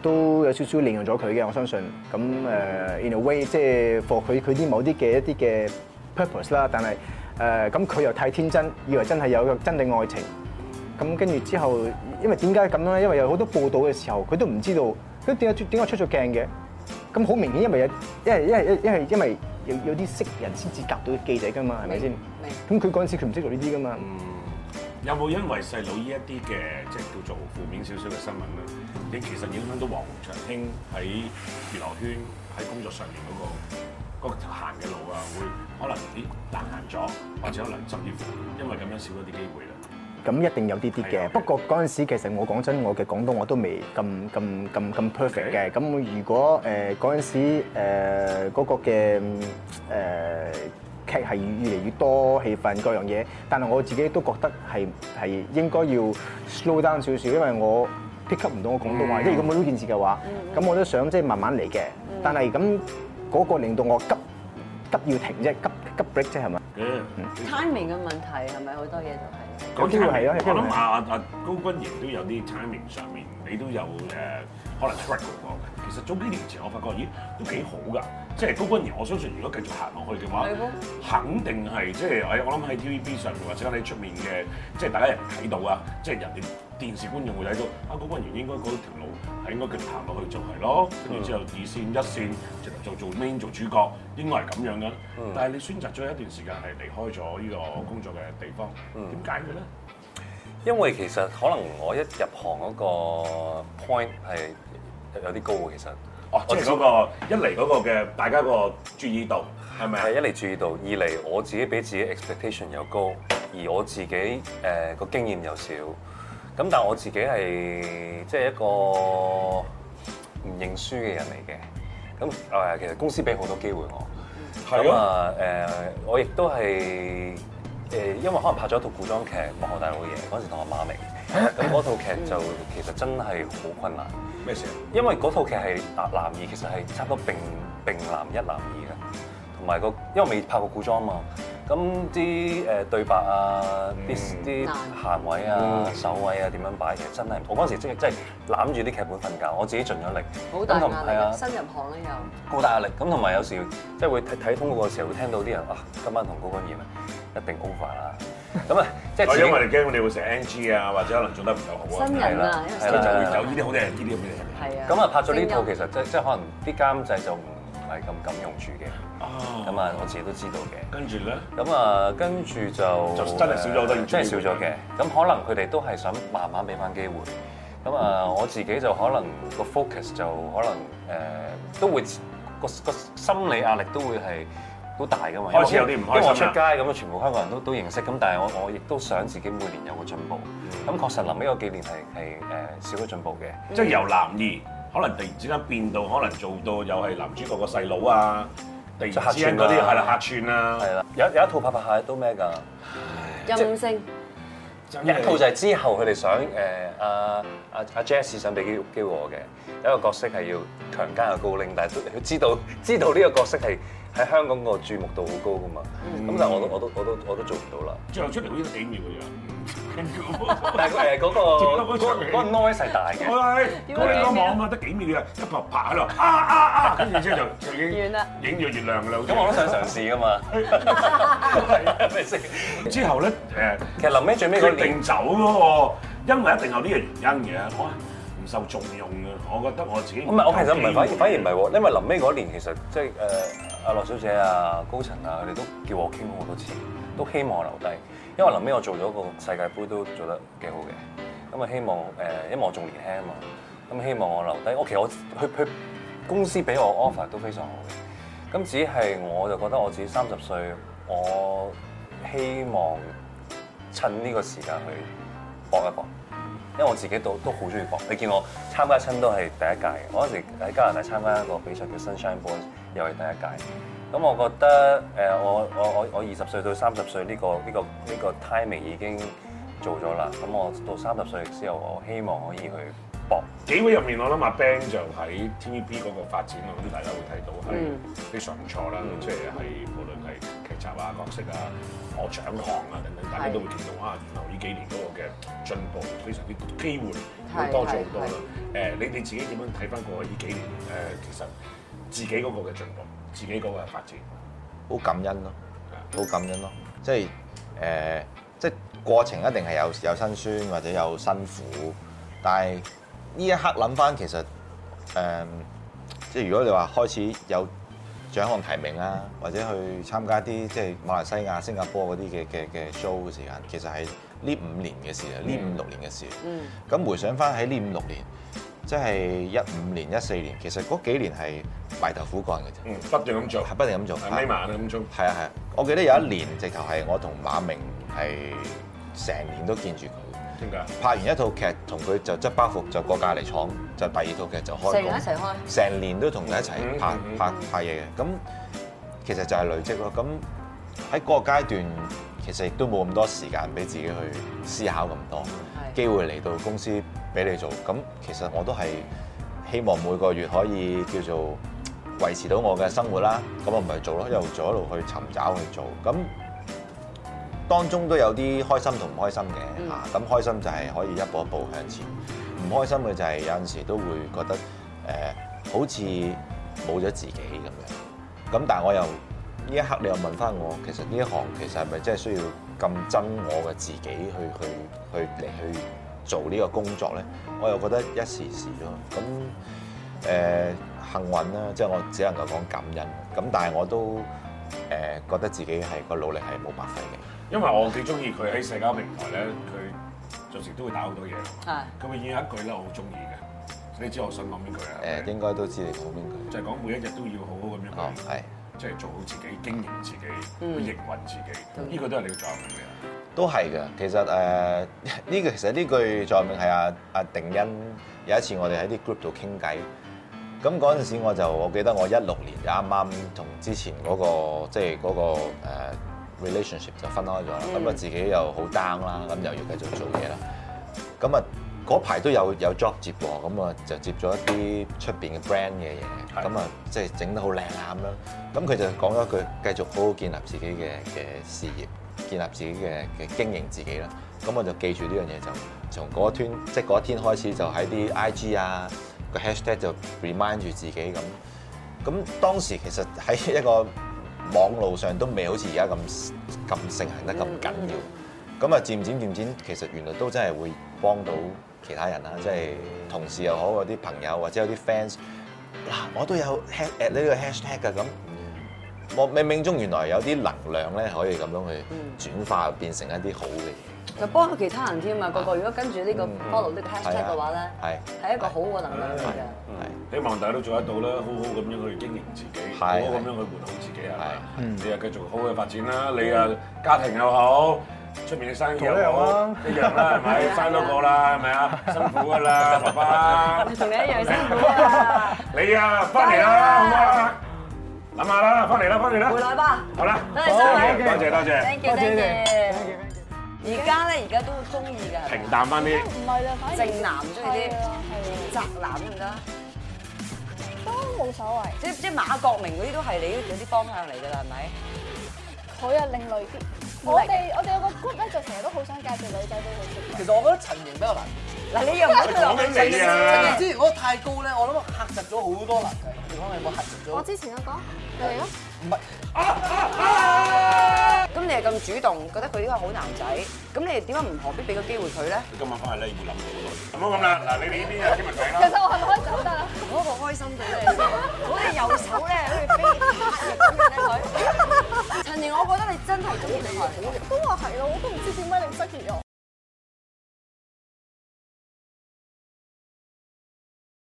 Speaker 5: 都有少少利用咗佢嘅，我相信。咁誒、i n a way 即係 for 佢佢啲某啲嘅一啲嘅 purpose 啦，但係誒咁佢又太天真，以為真係有個真嘅愛情。咁跟住之後，因為點解咁咧？因為有好多報道嘅時候，佢都唔知道，咁點解點解出咗鏡嘅？咁好明顯，因為有，因為因為因為因為有有啲識人先至夾到記者噶嘛，係咪先
Speaker 2: 明？
Speaker 5: 咁佢嗰陣時佢唔識做呢啲噶嘛，
Speaker 1: 有冇因為細佬呢一啲嘅即係叫做負面少少嘅新聞咧，你其實影響到黃長興喺娛樂圈喺工作上面嗰、個嗰、個行嘅路啊，會可能啲難行咗，或者可能甚至乎因為咁樣少咗啲機會啦。
Speaker 5: 咁一定有啲啲
Speaker 1: 係啊
Speaker 5: 嘅。不過嗰陣時其實我講真，我嘅廣東我都未咁咁咁咁 perfect 嘅。咁如果誒嗰陣時誒嗰個嘅誒劇係越嚟越多氣氛各樣嘢，但係我自己都覺得係係應該要 slow down 少少，因為我 pick up 唔到我廣
Speaker 1: 嗯
Speaker 5: 東話。即係如果冇呢件事嘅話，咁我都想即係慢慢嚟嘅。但係咁嗰個令到我急急要停啫，急急 break 啫係咪？
Speaker 1: 嗯
Speaker 2: timing 嘅問題係咪好多嘢都係？
Speaker 5: 有機會係啊有機會
Speaker 1: 我諗阿阿阿高君瑩都有啲 timing 上面，你都有誒、呃可能 track 過嘅。其實早幾年前我發覺，咦都幾好㗎，即係高君瑩，我相信如果繼續行落去嘅話
Speaker 2: 係，
Speaker 1: 肯定係即係哎誒我諗喺 TVB 上面或者喺出面嘅，即係大家人睇到啊，即係人哋電視觀眾會睇到啊，高君瑩應該嗰條路係應該繼續行落去就係咯，跟住之後二線一線直頭做做 main 做主角，應該係咁樣㗎。但係你選擇咗一段時間係離開咗呢個工作嘅地方，點解嘅咧？
Speaker 4: 因為其實可能我一入行嗰個 point 係有啲高嘅，其實
Speaker 1: 哦，即係嗰個一嚟嗰個嘅大家個注意度係咪
Speaker 4: 係
Speaker 1: 啊？
Speaker 4: 一嚟注意到，二嚟我自己俾自己 expectation 又高，而我自己誒個、經驗又少。咁但係我自己係即係一個唔認輸嘅人嚟嘅。咁誒、呃其實公司俾好多機會我。
Speaker 1: 係
Speaker 4: 咁
Speaker 1: 咯，
Speaker 4: 啊誒，我亦都係誒，因為可能拍咗一套古裝劇《幕後大老爺》，嗰陣時同阿媽明。咁嗰套劇就其實真係好困難，
Speaker 1: 咩事啊？
Speaker 4: 因為嗰套劇係男男二，其實係差唔多並並男一男二嘅，同埋個因為未拍過古裝嘛，咁啲誒對白啊，啲
Speaker 1: 嗯
Speaker 4: 啲
Speaker 2: 難
Speaker 4: 行位啊、手位啊點樣擺，其實真係唔我嗰陣時真係真係攬住啲劇本瞓覺，我自己盡咗力。
Speaker 2: 好大
Speaker 4: 咁同
Speaker 2: 壓力
Speaker 4: 係
Speaker 2: 啊，
Speaker 4: 啊
Speaker 2: 新入行咧又
Speaker 4: 好大壓力。咁同埋有時即係會睇睇通告嘅時候，會聽到啲人啊，今晚同高君燕啊，一定 over 啦。咁啊，即係
Speaker 1: 我
Speaker 4: 自己
Speaker 1: 哦因為你驚我哋會成 NG 啊，或者可能做得唔夠好啊，
Speaker 2: 新
Speaker 1: 咁
Speaker 2: 人啊，
Speaker 4: 係
Speaker 2: 因為
Speaker 4: 啦
Speaker 1: 就
Speaker 2: 新
Speaker 1: 會
Speaker 2: 人
Speaker 1: 有呢啲好啲人，呢啲好啲人。
Speaker 2: 係啊。
Speaker 4: 咁啊拍咗呢套，
Speaker 2: 聲
Speaker 4: 其
Speaker 2: 音
Speaker 4: 實即即係可能啲監製就唔係咁敢用住嘅。
Speaker 1: 哦，
Speaker 4: 咁啊，我自己都知道嘅。
Speaker 1: 跟住咧，
Speaker 4: 咁啊，跟住就呃
Speaker 1: 就真係少咗好多演出
Speaker 4: 真係少咗嘅。咁可能佢哋都係想慢慢俾翻機會。咁啊，我自己就可能個 focus 就可能誒、呃都會個個心理壓力都會係都大噶嘛。
Speaker 1: 開始有啲唔開心啦
Speaker 4: 因為我出街咁啊，全部香港人都都認識。咁但係我我亦都想自己每年有個進步。
Speaker 1: 嗯
Speaker 4: 咁、確實臨呢個幾年係係誒少咗進步嘅。
Speaker 1: 即係由男二可能突然之間變到可能做到又係男主角個細佬啊，突然之間嗰啲
Speaker 4: 即係客串啊
Speaker 1: 係啦客串啊，
Speaker 4: 係啦，有有一套拍拍下都咩㗎？
Speaker 2: 陰聲
Speaker 1: 真
Speaker 4: 一
Speaker 1: 係
Speaker 4: (laughs) 套就係之後佢哋想誒阿阿阿 Jess 想俾機機會我嘅，有一個角色係要強姦阿高玲，但係都佢知道 (laughs) 知道呢個角色係喺香港個注目度好高噶嘛，咁但係我都我都我都我都做唔到啦。
Speaker 1: 最後出嚟好似幾秒嘅樣，
Speaker 4: 但係誒嗰個嗰個嗰個 noise 係大
Speaker 1: 我
Speaker 4: 嘅，
Speaker 1: 係
Speaker 2: 點
Speaker 1: 我
Speaker 2: 會
Speaker 1: 哋個
Speaker 2: 咁樣
Speaker 1: 網啊，得幾秒嘅，一拍拍喺度啊啊啊，跟住之後就就已經
Speaker 2: 完啦
Speaker 1: 影咗月亮㗎啦。
Speaker 4: 咁我都想嘗試噶嘛，係咪先？
Speaker 1: 都之後咧誒。
Speaker 4: 其實臨尾最尾嗰
Speaker 1: 決
Speaker 4: 年
Speaker 1: 定走嗰個，因為一定有呢個原因嘅，我唔受重用嘅，我覺得我自己
Speaker 4: 唔係，我其實唔係，反而反而唔係喎，因為臨尾嗰年其實即係誒阿樂小姐啊、高層啊，佢哋都叫我傾好多次，都希望我留低，因為臨尾我做咗個世界盃都做得幾好嘅，咁啊希望誒、因為我仲年輕啊嘛，咁希望我留低。我其實我佢佢公司俾我 offer 都非常好嘅，咁只係我就覺得我自己三十歲，我希望趁呢個時間去搏一搏。因為我自己都都好中意搏，你見我參加親都係第一屆嘅。我嗰時喺加拿大參加一個比賽叫 Sunshine Boys，又係第一屆。咁我覺得誒、我我我我二十歲到三十歲呢、個呢、個呢、個 timing 已經做咗啦。咁我到三十歲之後，我希望可以去搏。
Speaker 1: 幾位入面，我諗阿 Ben 就喺 TVB 嗰個發展，我諗大家會睇到係
Speaker 2: 嗯
Speaker 1: 非常唔錯啦，
Speaker 4: 嗯
Speaker 1: 即係係無論係劇集啊、角色啊、攞獎項啊等等，大家都會見到啊，原來呢幾年嗰個嘅進步非常之機會會多咗好多啦。誒，你你自己點樣睇翻過去呢幾年誒，其實自己嗰個嘅進步，自己嗰個嘅發展？
Speaker 3: 好感恩咯，好感恩咯，即係誒、呃即係過程一定係有有辛酸或者有辛苦，但係呢一刻諗翻其實誒、呃即係如果你話開始有獎項提名啦，或者去參加啲即係馬來西亞、新加坡嗰啲嘅嘅嘅 show 嘅時間，其實係呢五年嘅事啊，呢五六年嘅事。
Speaker 2: 嗯
Speaker 3: 咁回想翻喺呢五六年，即係一五年、一四年，其實嗰幾年係埋頭苦幹嘅啫，
Speaker 1: 嗯，不斷咁做，
Speaker 3: 係不斷咁做。
Speaker 1: 眯埋眼咁做。
Speaker 3: 係啊係啊，我記得有一年直頭係我同馬明係成年都見住佢，
Speaker 1: 點解？
Speaker 3: 拍完一套劇同佢就執包袱就過隔離廠，就第二套劇就開
Speaker 2: 成日一
Speaker 3: 工，
Speaker 2: 齊開，
Speaker 3: 成年都同佢一齊
Speaker 1: 嗯
Speaker 3: 拍
Speaker 1: 嗯
Speaker 3: 拍拍嘢嘅，咁其實就係累積咯。咁喺嗰個階段，其實亦都冇咁多時間俾自己去思考咁多。
Speaker 2: 係
Speaker 3: 機會嚟到公司俾你做，咁其實我都係希望每個月可以叫做維持到我嘅生活啦。咁我咪做咯，一路做一路去尋找去做。咁當中都有啲開心同唔開心嘅啊
Speaker 2: 嗯
Speaker 3: 嚇。咁、開心就係可以一步一步向前，唔開心嘅就係有陣時都會覺得誒、呃好似冇咗自己咁樣。咁但係我又呢一刻你又問翻我，其實呢一行其實係咪真係需要咁憎我嘅自己去去去嚟去做呢個工作咧？我又覺得一時時咯。咁誒、呃幸運啦，即係我只能夠講感恩。咁但係我都誒、呃、覺得自己係個努力係冇白費嘅。
Speaker 1: 因為我幾中意佢喺社交平台咧，佢有時都會打好多嘢。
Speaker 2: 係
Speaker 1: 佢永遠有一句咧，我好中意嘅。你知我想講邊句啊？
Speaker 3: 誒應該都知你講邊句。
Speaker 1: 就係講每一日都要好好咁
Speaker 3: 哦
Speaker 1: 樣，去，
Speaker 3: 係
Speaker 1: 即係做好自己，經營自己，
Speaker 2: 嗯
Speaker 1: 去營運自己。
Speaker 2: 嗯
Speaker 1: 呢個都係你嘅作用嚟嘅。
Speaker 3: 都係嘅。其實誒 (laughs) 呢個其實呢句座右銘係阿阿定欣有一次我哋喺啲 group 度傾偈。咁嗰陣時我就我記得我一六年就啱啱同之前嗰、個即係嗰個呃嗯 relationship 就分開咗啦，咁啊、
Speaker 2: 嗯
Speaker 3: 自己又好 down 啦，咁又要繼續做嘢啦，咁啊嗰排都有有 job 接喎，咁啊就接咗一啲出邊嘅 brand 嘅嘢，
Speaker 1: 係
Speaker 3: 咁啊即係整得好靚啊咁樣。咁佢就講咗一句，繼續好好建立自己嘅嘅事業，建立自己嘅嘅經營自己啦。咁我就記住呢樣嘢，就從嗰一天即係嗰一天開始，就喺啲 IG 啊個 hashtag 就 remind 住自己咁。咁當時其實喺一個網路上都未好似而家咁咁盛行得咁緊要，咁啊漸漸漸漸其實原來都真係會幫到其他人啦，即係同事又好，嗰啲朋友或者有啲 fans，嗱我都有 hash at 呢個 hashtag 啊㗎咁。我冥冥中原來有啲能量咧，可以咁樣去轉化變成一啲好嘅嘢。
Speaker 2: 就幫到其他人添啊！個個如果跟住呢個 follow 呢個 hashtag 嘅話咧，
Speaker 3: 係
Speaker 2: 係一個好嘅能量嚟嘅。
Speaker 1: 希望大家都做得到啦，好好咁樣去經營自己，好好
Speaker 3: 係
Speaker 1: 咁
Speaker 3: 係
Speaker 1: 樣去活好自己
Speaker 3: 係
Speaker 1: 啊！你又繼續好好嘅發展啦，你啊家庭又好，出面嘅生意又好，一樣啦，係咪？生多個啦，係咪啊？辛苦㗎啦，爸爸，
Speaker 2: 同你一樣辛苦啊！
Speaker 1: 你啊翻嚟啦，好唔好啊？諗下啦，翻嚟啦，翻嚟
Speaker 2: 回
Speaker 1: 啦，
Speaker 2: 來吧，
Speaker 1: 好啦，
Speaker 2: 多謝三位
Speaker 1: 多謝多謝，
Speaker 2: ，thank you，thank you。而家咧，而家都中意㗎，
Speaker 1: 平淡翻啲。
Speaker 6: 唔係啦，反而
Speaker 2: 正男中意啲
Speaker 6: 係啊，係
Speaker 2: 宅男得唔得？
Speaker 6: 啊都冇所謂。
Speaker 2: 即即馬國明嗰啲都係你有啲方向嚟㗎啦，係咪？
Speaker 6: 佢啊另類啲。我哋我哋有個 group 咧，就成日都好想介紹女仔俾佢識。
Speaker 7: 其實我覺得陳瑩比較難。
Speaker 2: 嗱，你又唔好
Speaker 1: 講緊你啊！
Speaker 7: 之前嗰個太高咧，我諗嚇窒咗好多男仔。你講你有冇嚇窒咗？
Speaker 6: 之前嗰個，你嚟咯。
Speaker 2: 咁你係咁主動，覺得佢呢個好男仔，咁你點解唔何必俾個機會佢咧？
Speaker 1: 今晚翻去咧要諗好多嘢。唔好咁啦，嗱你哋呢邊有啲問題
Speaker 6: 其
Speaker 1: 啦。
Speaker 6: 實我係咪可以走得啦？
Speaker 2: 嗰個開心到你，好似右手咧好似飛拍翼咁樣咧佢。陳瑩，我覺得你真係中意佢。
Speaker 6: 都話係咯，我都唔知點解你質疑我。